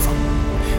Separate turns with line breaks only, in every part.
方，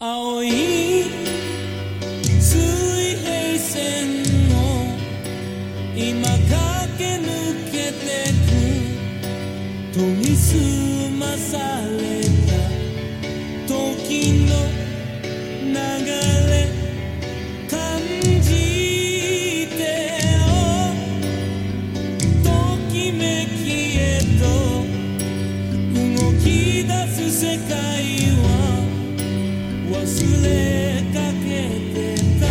青い水平線を今駆け抜けてく研ぎ澄まされた時の流れ感じてよときめきへと動き出す世界は忘れかけてた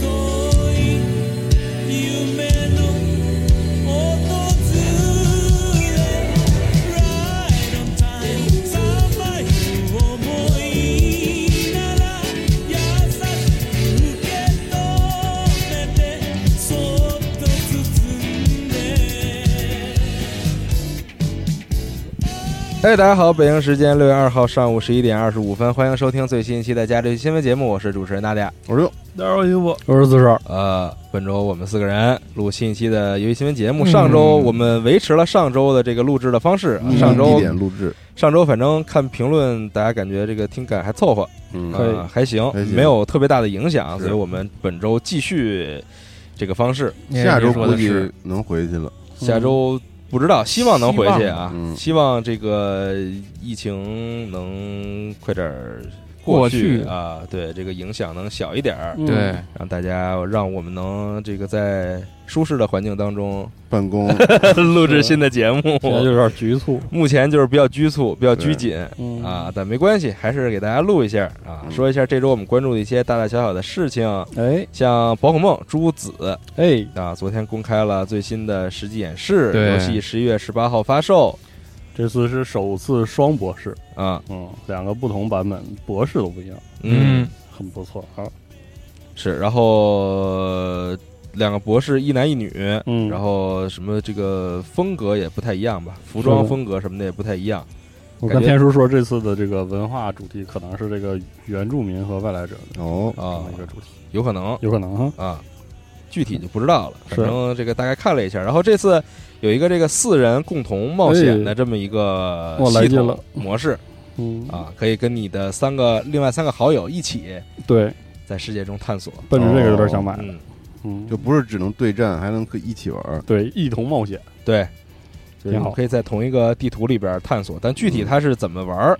遠い夢の訪れ Right on time さばい思いなら優しく受け止めてそっと包んで
哎，大家好，北京时间六月二号上午十一点二十五分，欢迎收听最新一期的《加州新闻节目》，我是主持人大家。
我说哟，
我是四少，
呃，本周我们四个人录新一期的《游戏新闻节目》，上周我们维持了上周的这个录制的方式，上
地
周
点录制，
上周反正看评论，大家感觉这个听感还凑合，
嗯
可以
呃还行
还，行
没有特别大的影响，
是
所以我们本周继续这个方式，
下周
你说
估
的
计
是
能回去了。
下周。不知道，希望能回去啊！
希望嗯
希望这个疫情能快点儿
过
去
去
啊！对，这个影响能小一点儿，
嗯
对，
让大家让我们能这个在舒适的环境当中
办 公，
录制新的节目。
现在有点局促，
目前就是比较拘促，比较拘谨
嗯
啊，，但没关系，还是给大家录一下啊，
嗯
说一下这周我们关注的一些大大小小的事情，
哎
像《宝可梦朱紫》
哎，
啊，昨天公开了最新的实际演示，
对
游戏十一月十八号发售
这次是首次双博士，
啊，
嗯，两个不同版本，博士都不一样，
嗯
很不错啊，
是，然后呃两个博士一男一女，
嗯
然后什么这个风格也不太一样吧，服装风格什么的也不太一样。
我
感
跟
觉
天叔说，这次的这个文化主题可能是这个原住民和外来者的
哦，
这
啊
么一个主题，
有可能
有可能哈，
啊，具体就不知道了。
是
反正这个大概看了一下，然后这次有一个这个四人共同冒险的这么一个
哎我来
系
劲
统
了
模式
嗯，
啊，可以跟你的三个另外三个好友一起
对，
在世界中探索。
奔着这个有点想买了，
嗯，
嗯，
就不是只能对战，还能可以一起玩儿。
对，一同冒险，
对，就是
挺好
你可以在同一个地图里边探索，但具体它是怎么玩儿，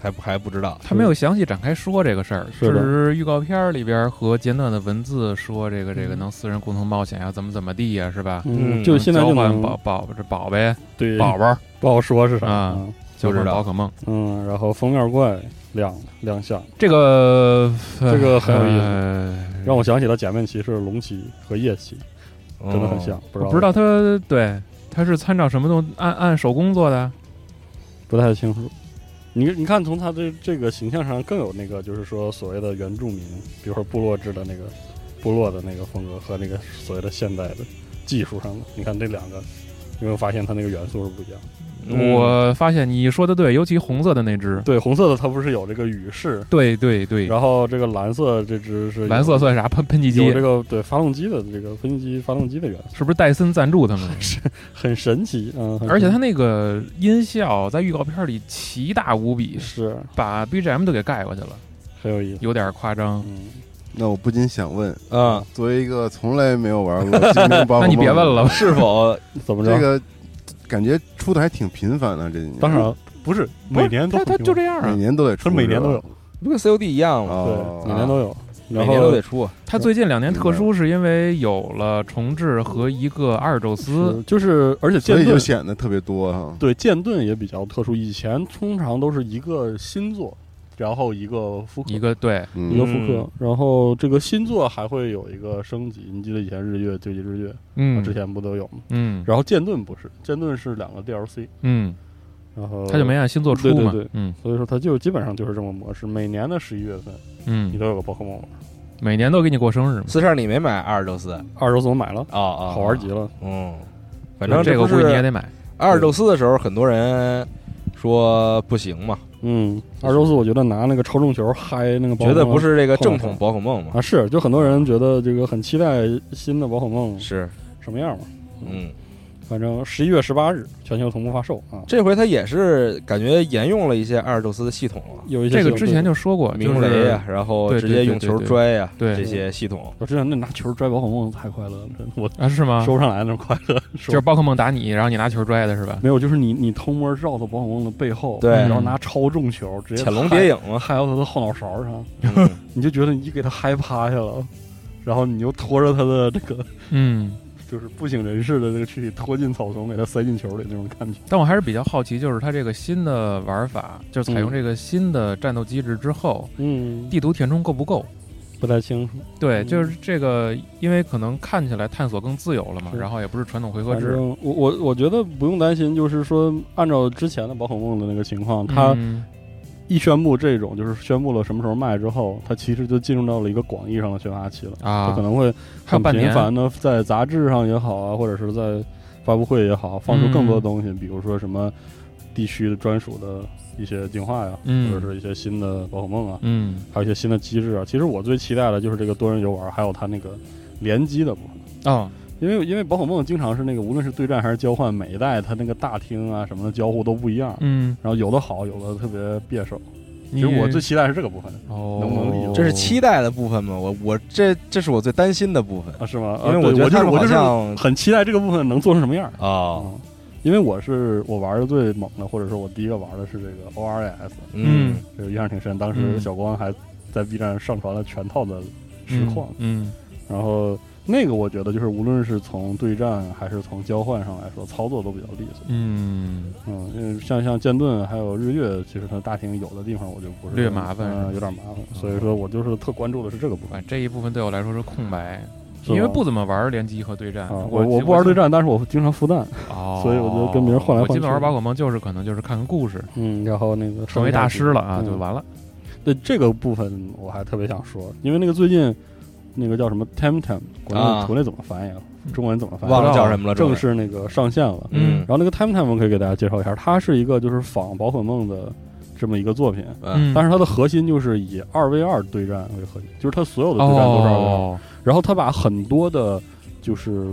还不还不知道。
他没有详细展开说这个事儿，
嗯是
只
的
是预告片儿里边儿和简短的文字说这个这个能四人共同冒险呀、怎么怎么地呀、是吧？
嗯
就嗯现在就
交换
能
宝宝这宝贝
对
宝宝，
不好说是啥
啊
嗯
交
不
换
知道
宝可梦，
嗯，然后封面怪亮亮相，
这个
这
呃
个很有意思
思，
嗯
让我想起了假面骑士龙骑和夜骑，嗯真的很像，
哦
不知
我
道
不知道他对他是参照什么东按按手工做的，
不太清楚。你你看，从他的这个形象上更有那个，就是说所谓的原住民，比如说部落制的那个部落的那个风格和那个所谓的现代的技术上的，你看这两个有没有发现它那个元素是不一样的？
嗯
嗯
我发现你说的对，尤其红色的那只，
对，红色的它不是有这个雨势，
对对对，
然后这个蓝色这只是有
蓝色算啥？喷喷气
有
机
这个对发动机的这个喷气机发动机的元素，
是不是戴森赞助他们？
很神奇，嗯，很
而且
神
它那个音效在预告片里奇大无比，
是
把 BGM 都给盖过去了，
很有意思，
有点夸张。
嗯，
那我不禁想问，
啊，
作为一个从来没有玩过《精 灵宝可梦》
那你别问
哦
了吧，
是否
怎么着？
这个感觉出的还挺频繁的，这几年
当然不是每年都
它它
很
就
频
这样
每
啊。
年都得出，
繁，它每年都有
是，
不跟 COD 一样
吧
吗？
哦
对，每年都有，
每
然
年都
后
得出，
它最近两年特殊是因为有了重置和一个阿尔宙斯，
是就是而且
所
剑
以就
盾
显得特别多哈。
对剑盾也比较特殊，以前通常都是一个新作，然后一个复刻，
一个对
一
嗯
个，复刻，然后这个新作还会有一个升级。你记得以前日月究极日月，
嗯
之前不都有吗？
嗯
然后剑盾不是，剑盾是两个 DLC，
嗯，
然后
它就没，按新作出嘛
哦对对对，
嗯
所以说它就基本上就是这么模式。每年的十一月份，你
嗯，
都有个宝可梦玩。
每年都给你过生日嘛。
四十二你没买阿尔宙斯啊
二手怎么买了？
啊，哦
好玩极了，
嗯，反正
这个
不
估计你也
是
得买，
阿尔宙斯的时候，很多人说不行嘛，
嗯，二周四我觉得拿那个抽中球嗨那个宝可
觉
梦，
得不是这个
碰
正
了
统宝可梦嘛，
啊，是就很多人觉得这个很期待新的宝可梦
是，
什么样嘛。
嗯，
反正十一月十八日全球同步发售啊，
这回他也是感觉沿用了一些阿尔宙斯的系统了，
有一些
这个
新的
之前就说过，就
鸣
哎
雷
是
呀，然后
对
直
对
接
对
用
对
球
对
拽呀，
对
这些系统，
我之前那拿球拽宝可梦太快乐了，真的 我
啊是吗？
收不上来那种快 乐，就
就是宝可梦打你，然后你拿球拽的是吧？
没有，就是你你偷摸绕到宝可梦的背后，
对
然后拿超重球直接
潜龙谍影嘛，
嗨到他的后脑勺上，
嗯
你就觉得你给他嗨趴下了，然后你又拖着他的这个
嗯，
就是不省人事的这个躯体拖进草丛，给他塞进球里那种感觉。
但我还是比较好奇，就是它这个新的玩法，就是采用
嗯
这个新的战斗机制之后，
嗯，
地图填充够不够？
不太清楚。
对，
嗯
就是这个，因为可能看起来探索更自由了嘛，
是
然后也不是传统回合
反
制
正，我我我觉得不用担心，就是说按照之前的宝可梦的那个情况，它
嗯
一宣布这种就是宣布了什么时候卖之后，它其实就进入到了一个广义上的宣发期了。它
啊
可能会
还有
很
半
频
年，
繁的在杂志上也好啊，或者是在发布会也好，放出更多的
嗯
东西，比如说什么地区的专属的一些进化呀，
嗯
或者是一些新的宝可梦啊，
嗯
还有一些新的机制啊。其实我最期待的就是这个多人游玩，还有它那个联机的部分。
哦，
因为因为宝可梦经常是那个，无论是对战还是交换，每一代它那个大厅啊什么的交互都不一样，
嗯，
然后有的好，有的特别别手。其
你
实我最期待是这个部分
哦，
能嗯不能理解
这是期待的部分嘛，我我这这是我最担心的部分，
啊，是吗？啊
因为
对我
觉得
就
他
是
们
我
好
就是
像
很期待这个部分能做成什么样。
啊，
嗯，因为我是我玩的最猛的，或者说我第一个玩的是这个 ORS，
嗯
嗯，
这个印象挺深。当时
嗯
小光还在 B 站上传了全套的实况，
嗯，
然后那个我觉得就是无论是从对战还是从交换上来说，操作都比较利索。
嗯
嗯，因为像像剑盾还有日月，其实它大厅有的地方我就不是
略麻烦
嗯，有点麻烦。所以说我就是特关注的是这个部分，
嗯，啊，这一部分对我来说是空白，
是吧
因为不怎么玩联机和对战，
啊，
我
我我不玩对，战，但是我经常 孵蛋，
哦，
所以我就跟别人换来换去
我基本玩宝可梦就是可能就是看看故事，
嗯，然后那个
成为大师了啊，
嗯
就完了，
对这个部分我还特别想说，因为那个最近那个叫什么 Temtem，国
啊
内国内怎么翻译啊？中文怎么翻译？
忘了叫什么了，
正式那个上线了。
嗯
然后那个 Temtem 我可以给大家介绍一下，它是一个就是仿宝可梦的这么一个作品，
嗯
但是它的核心就是以二 v 二对战为核心，就是它所有的对战都是二 v 二。
哦，
然后它把很多的，就是。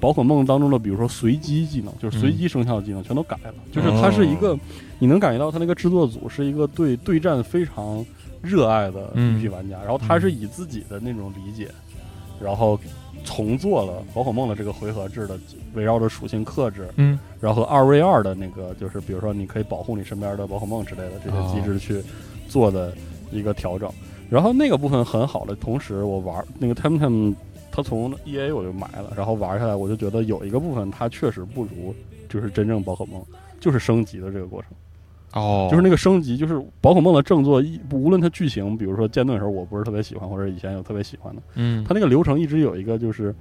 宝可梦当中的，比如说随机技能，就是随机生效的技能，全都改了。就是它是一个，你能感觉到它那个制作组是一个对对战非常热爱的
嗯
一批玩家，然后他是以自己的那种理解，然后重做了宝可梦的这个回合制的，围绕着属性克制，
嗯，
然后二 v 二的那个，就是比如说你可以保护你身边的宝可梦之类的这些机制去做的一个调整。然后那个部分很好的，同时我玩那个 Temtem，它
嗯
从 EA 我就买了，然后玩下来我就觉得有一个部分它确实不如就是真正宝可梦，就是升级的这个过程。
哦，
就是那个升级，就是宝可梦的正作，一无论它剧情，比如说剑盾的时候我不是特别喜欢，或者以前有特别喜欢的，
嗯，
它那个流程一直有一个就是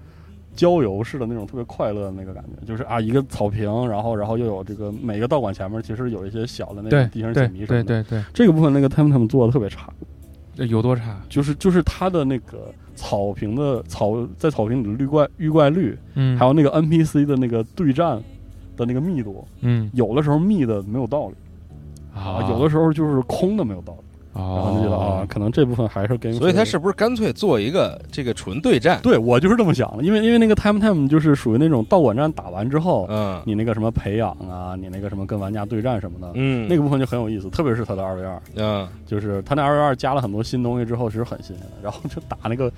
郊游式的那种特别快乐的那个感觉，就是啊一个草坪，然后然后又有这个每个道馆前面其实有一些小的那
对
种地形
对
解谜什么
对
的，
对对，
这个部分那个 Temtem 做的特别差，
这有多差？
就是就是它的那个草坪的草在草坪里的绿怪遇怪率，
嗯，
还有那个 NPC 的那个对战的那个密度，
嗯
有的时候密的没有道理啊，有的时候就是空的没有道理，然后就觉得啊，
哦
可能这部分还是 game，
所以他
theory
是不是干脆做一个这个纯对战？
对我就是这么想的，因为因为那个 time time 就是属于那种道馆战打完之后，
嗯
你那个什么培养啊，你那个什么跟玩家对战什么的，
嗯，
那个部分就很有意思，特别是它的二 v 二，
嗯
就是它那二 v 二加了很多新东西之后，其实很新鲜的。然后就打那个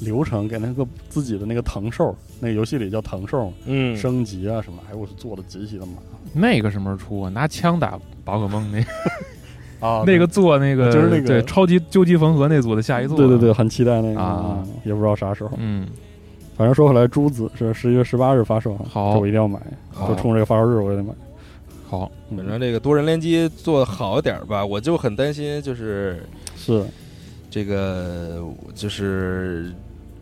流程，给那个自己的那个藤兽，那个游戏里叫藤兽
嗯，
升级啊什么，哎，我是做的极其的麻
那个什么时候出啊？拿枪打宝可梦那
啊
那个做那个
就是那个
对超级究极缝合那组的下一座，
对对对，，很期待那个
啊
嗯也不知道啥时候。
嗯，
反正说回来，珠子是十一月十八日发售，啊
好
这我一定要买，
好
就冲这个发售日我也得买。
好，
嗯
反正这个多人联机做好点儿吧，我就很担心，就是
是
这个就是。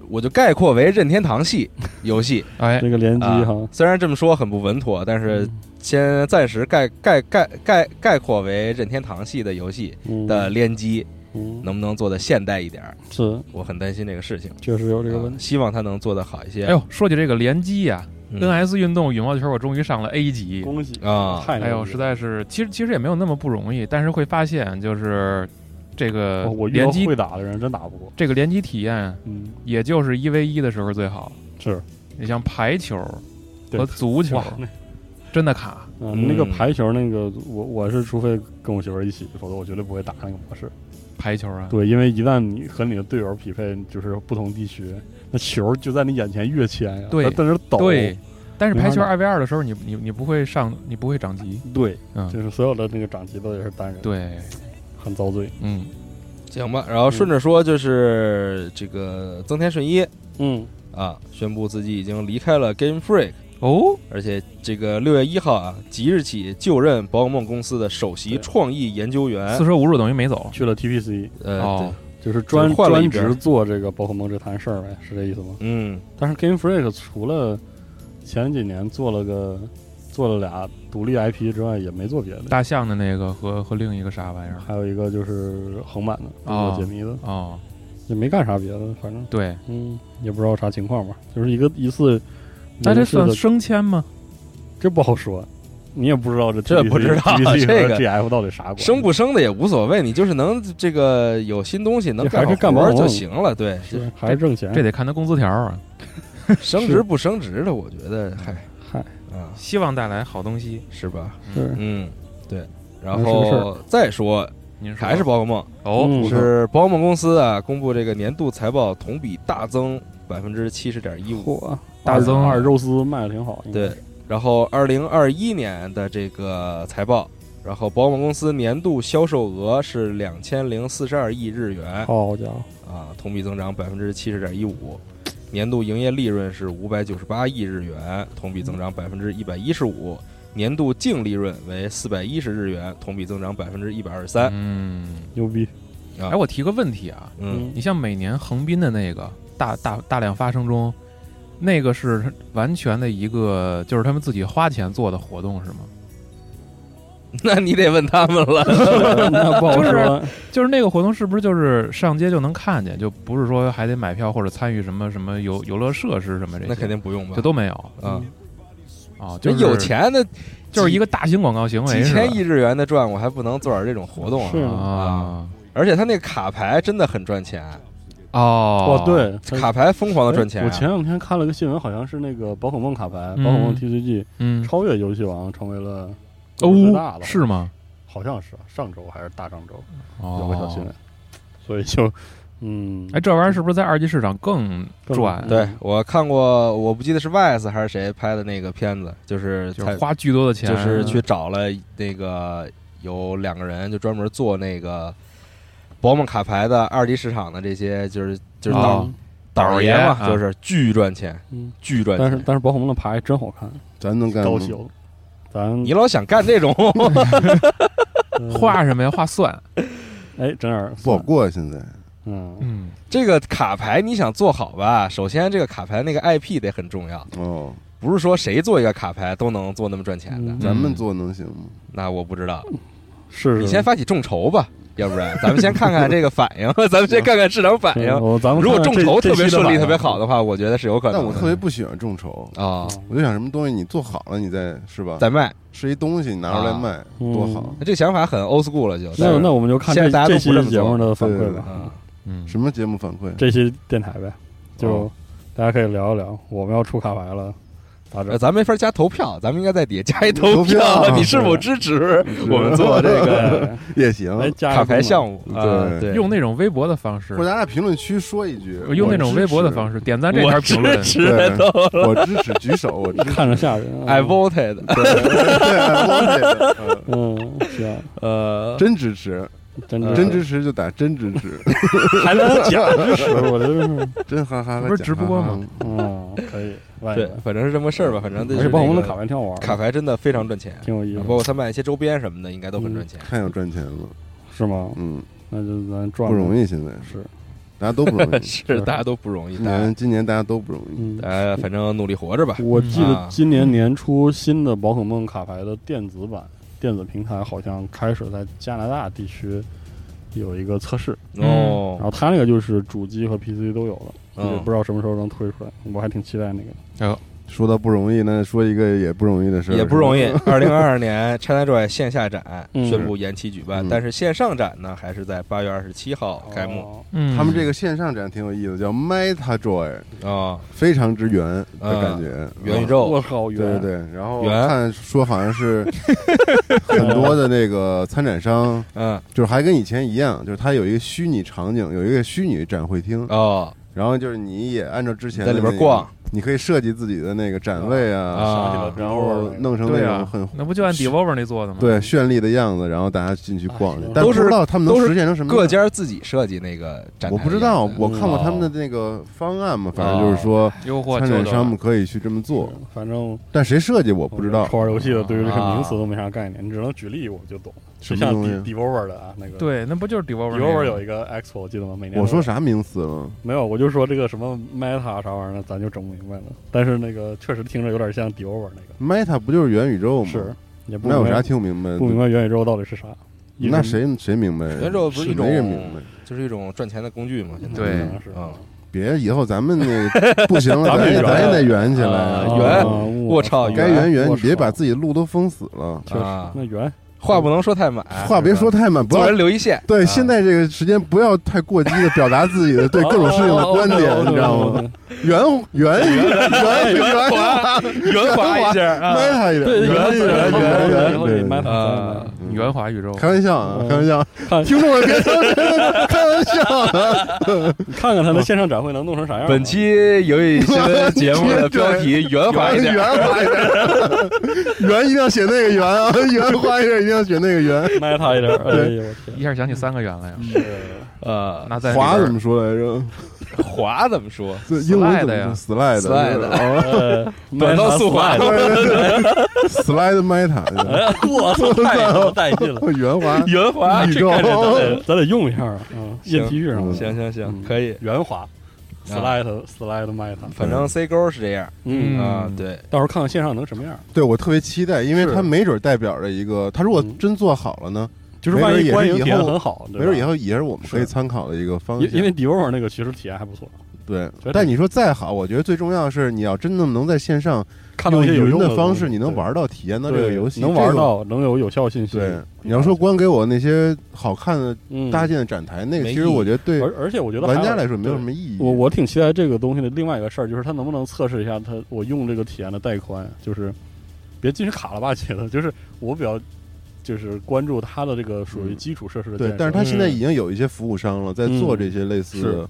我就概括为任天堂系游戏
哎，
这个联机
啊
哈，，
虽然这么说很不稳妥，但是
嗯
先暂时概概概概概括为任天堂系的游戏
嗯
的联机，
嗯
能不能做的现代一点儿？
是
我很担心这个事情。
确实有这个问
啊
题。
希望它能做得好一些。
哎呦，说起这个联机呀、
嗯
NS 运动羽毛球，我终于上了 A 级。
恭喜
啊
太
哎
牛
呦，
逼
实
了
在是，其实其实也没有那么不容易，但是会发现就是这个
哦我遇
联
到
机、
会打的人真打不过，
这个联机体验，
嗯，
也就是一 v 一的时候最好。
是
你像排球
对
和足球
哇，，那
真的卡。
嗯那个排球那个，我我是除非跟我媳妇儿一起，否则我绝对不会打那个模式。
排球啊，
对，因为一旦你和你的队友匹配，就是不同地区，那球就在你眼前跃迁呀，
对
它在那儿抖，
对，但是
没法
排球
打
二 v 二的时候，你你你不会上，你不会长级。
对
嗯
就是所有的那个掌旗都也是单人，，
对，
很遭罪。
嗯，
行吧，然后顺着说，就是这个增田顺一
嗯，
啊，宣布自己已经离开了 Game Freak，
哦，
而且这个六月一号啊，即日起就任宝可梦公司的首席
对
创意研究员
四。舍五入等于没走。
去了 TPC，
呃，
哦
哎对，
就是专
就换了一
专
边
职做这个宝可梦这摊事儿呗，是这意思吗？
嗯，
但是 Game Freak 除了前几年做了个做了俩独立 IP 之外，也没做别的。
大象的那个和和另一个啥玩意儿？
还有一个就是横版的，
哦
就是解谜的，
哦，
也没干啥别的，反正
对，
嗯，也不知道啥情况吧。就是一个一次，
那这
一次
算
的
升迁吗？
这不好说，你也不知道这
这
TBC
不知道
TBC
这个
和 GF 到底啥关系，
升不升的也无所谓，你就是能这个有新东西能
这还是
干
干
好活儿
宝可
就
梦
行了。对，
是还是挣钱，
这得看他工资条啊。
升职不升职的，我觉得嗨
嗨，
啊，
希望带来好东西。
是吧？
是
嗯，对。然
是个事儿
后再说，
您说
还是宝可梦。
哦，
嗯
是宝可梦公司啊，公布这个年度财报同比大增百分之七十点一五。
嚯，
大增
二肉丝卖的挺好，应该
对，然后二零二一年的这个财报，然后宝可梦公司年度销售额是两千零四十二亿日元
好家伙，
啊，同比增长百分之七十点一五。年度营业利润是五百九十八亿日元，同比增长百分之一百一十五。年度净利润为四百一十日元，同比增长百分之一百二十三。
嗯，
牛逼，
啊
哎，我提个问题啊，
嗯，
你像每年横滨的那个大大大量发生中，那个是完全的一个，就是他们自己花钱做的活动是吗？
那你得问他们了。
那不好
就是
说，
就是那个活动是不是就是上街就能看见，就不是说还得买票或者参与什么什么游游乐设施什么这些？
那肯定不用吧？
这都没有
啊，
啊，
这
就是
有，钱的
就是一个大型广告行为，
几
是吧
千亿日元的赚，我还不能做点这种活动
是
啊！
吗
啊
而且他那个卡牌真的很赚钱，
哦
哦，，对，它
卡牌疯狂的赚钱
哎
啊。
我前两天看了个新闻，好像是那个宝可梦卡牌，
嗯
宝可梦 TCG
嗯，
超越游戏王成为了最大
哦，
的，
是吗？
好像是上周还是大上周
哦，
有个小新闻，所以就嗯，
哎，这玩意儿是不是在二级市场更
更
赚？
对我看过，我不记得是 Vice 还是谁拍的那个片子，就是
就
他
是花巨多的钱，
就是 去
啊
找了那个有两个人，就专门做那个宝马卡牌的二级市场的这些，就是就是
啊
导
嗯
导爷
导
嘛，
爷啊
就是巨赚钱，
嗯，
巨赚
但是
钱。
但是宝可梦的牌真好看，
咱能干吗
高修，咱
你老想干这种，
嗯
画什么呀？画蒜，
哎真是
不好过现在。
嗯，
嗯，
这个卡牌你想做好吧，首先这个卡牌那个 IP 得很重要。
哦，
嗯
不是说谁做一个卡牌都能做那么赚钱的，
嗯
咱们做能行吗？
那我不知道。
是
你先发起众筹吧，要不然咱们先看看这个反应，咱们先看看市场反应。
我咱们
如果众筹特别顺利、特别
的
好的话，我觉得是有可能
但
的。
我特别不喜欢众筹，
啊，
话，
我就想什么东西你做好了，你再是吧？
再卖，
是一东西，你拿出来卖，
啊
嗯
多好！
那这个想法很 old school 了，就
那那我们就看
现
这
在大家都
这
不
期
这么
节目的反
对
馈
对
吧，
啊，
嗯，
什么节目反馈？
这期电台呗，就
哦
大家可以聊一聊，我们要出卡牌了，咋整
呃？咱没法加投票，咱们应该在底下加一投
投票
啊
你是否支持我们做这 个
对
也行，
哎
来哎加一个
呃卡牌项
目，
目？
对
啊对，
用那种微博的方式
或者，咱俩评论区说一句，
用那种微博的方
式，
式点咱这
我
条
支
评论，
持都哎
我支持，举手，我支 持。
看着吓人。啊
I voted，
对对，I want it，嗯
嗯，行，
呃，
真支持，
真
嗯
呃真
是
支持就打真支持，
还能假支持， 我这是，
真哈哈和假哈哈。
这不是直播吗
嗯，可以，万一
对，反正是这么事儿吧，反正
而且
是
爆红的
那
卡
个
牌挺好玩儿，
卡牌真的非常赚钱，
挺有意思嗯
包
的，
括他卖一些周边什么的，应该都很赚钱。
太想赚钱了，
是吗？
嗯，
那就咱赚
不容
易，
易，现在
是，
大家都不容 易。
是，大家都不容易，
今
大家
年今年大家都不容易，
嗯，
呃，反正努力活着吧。
我记
啊
得今年年初新的宝可梦卡牌的电子版电子平台好像开始在加拿大地区有一个测试，然
哦，
后它那个就是主机和 PC 都有了，也
嗯
不知道什么时候能推出来，我还挺期待那个。
说到不容易，那说一个也不容易的事儿，
也不容易。二零二二年 ChinaJoy 线下展
嗯
宣布延期举办，
嗯
但是线上展呢，还是在八月二十七号开幕
哦
嗯，
他们这个线上展挺有意思，叫 Meta Joy，
啊。
非常之圆的感觉，
元宇
嗯
宙
哦我靠，
对
原
对对，然后
圆
看说好像 是很多的那个参展商，
嗯
就是还跟以前一样，就是它有一个虚拟场景，有一个虚拟展会 厅，
哦，
然后就是你也按照之前
在里
的那
边
个
逛，
你可以设计自己的那个展位啊，
想起了
啊
然后弄成那
对
种
啊
很
那不就按 Devolver 那做的吗？
对，绚丽的样子，然后大家进去逛去
哎，
但
都
不
是
知道他们
都
能
是
实现成什么样。
各家自己设计那个展台的样哦子，
我不知道，我看过
哦
他们的那个方案嘛，反正就是说
诱惑
参
就
展
得
商们可以去这么做，
反正
但谁设计我不知道
我这。玩游戏的对于这
啊
个名词都没啥概念，你只能举例我就懂。
什
就
么
像
东
D
西？
d e v o v e r 的啊，那个
对，那不就是 Devolver？
d e v o v e r 有
一
一个 Expo，我记得吗？每年都有
我说啥名词了？
没有，我就说这个什么 Meta 啥玩意儿的，咱就整不明白了。但是那个确实听着有点像 d e v o v e r 那个。
Meta 不就是元宇宙吗？
是，，也不
那有
明白
啥听不明白的？
不明白元宇宙到底是啥？一直
那谁谁明白？
元宇宙不是一种
没人明白。
就是一种赚钱的工具嘛。现在
对
好像是
啊
别以后咱们那个不行了，
咱
咱
们
也
圆
咱也得圆起
啊
来。
圆
啊
我操
该圆圆，
我
你别
操
把自己路都封死了。
确实
啊，
那圆
话不能说太满，
话别
是吧
说太满，不
做
要
人留一 线。
对
啊
现在这个时间不要太过激的表达自己的对各种事情的观点，你知道吗？？圆圆圆圆滑
圆滑一下啊
迈他一点，
对，
圆
圆
圆
圆
圆
以后可以
圆
买
对。
它。
嗯
圆滑宇宙，
开玩笑啊，
嗯
开玩笑，
看
听众们别当真的，开玩笑啊。
你看看它的线上展会能弄成啥样？
本期游戏新 闻节目的标题“圆滑一点
圆滑一点，圆一定要写那个圆啊，圆滑一点一定要写那个圆。
卖它一点，哎呦我
一下想起三个圆来呀。”，
呃，
那在
滑怎么说来着？
滑怎么说？
这英文怎
Slide
么
呀
说？slide 是吧
Slide
哦 呃
天，
短道速滑
，slide meta，
哎，我操，太有带劲了！
圆滑
圆滑
宇宙。
对，咱得用一下啊，嗯
行
印 T 恤上
嗯啊
行行行，
嗯
可以。
圆滑，slide slide 卖它，
反正 C 勾是这样
嗯，
啊，
嗯
对，
到时候看看线上能什么样。
对我特别期待，因为
是
它没准代表着一个，它如果
嗯
真做好了呢，
就是
没
万
准
一
也
观
是
影
以
体验
后
很好，对
没准
吧
以后也是我们可以
是
参考的一个方向。
因因为 d i o r 那个其实体验还不错，
对
确实，
但你说再好，我觉得最重要的是你要真的能在线上
看到
用
一些有
云
用
方式，
东西
你能玩到、体验到
对
这个游戏，
能
这
玩
个。
到能有有效信息。
对，你要说光给我那些好看的
嗯
搭建的展台，那个
没
其
意
实
义
我觉得对
而而且我觉得还有
玩家来说没有什。
对
么意义。
我我挺期待这个东西的另外一个事儿，就是它能不能测试一下它我用这个体验的带宽，就是别进去卡了吧唧的，就是我比较就是关注它的这个属于基础设施的建
对
设。，
但是它现在
嗯
已经有一些服务商了，在做这些类似的
是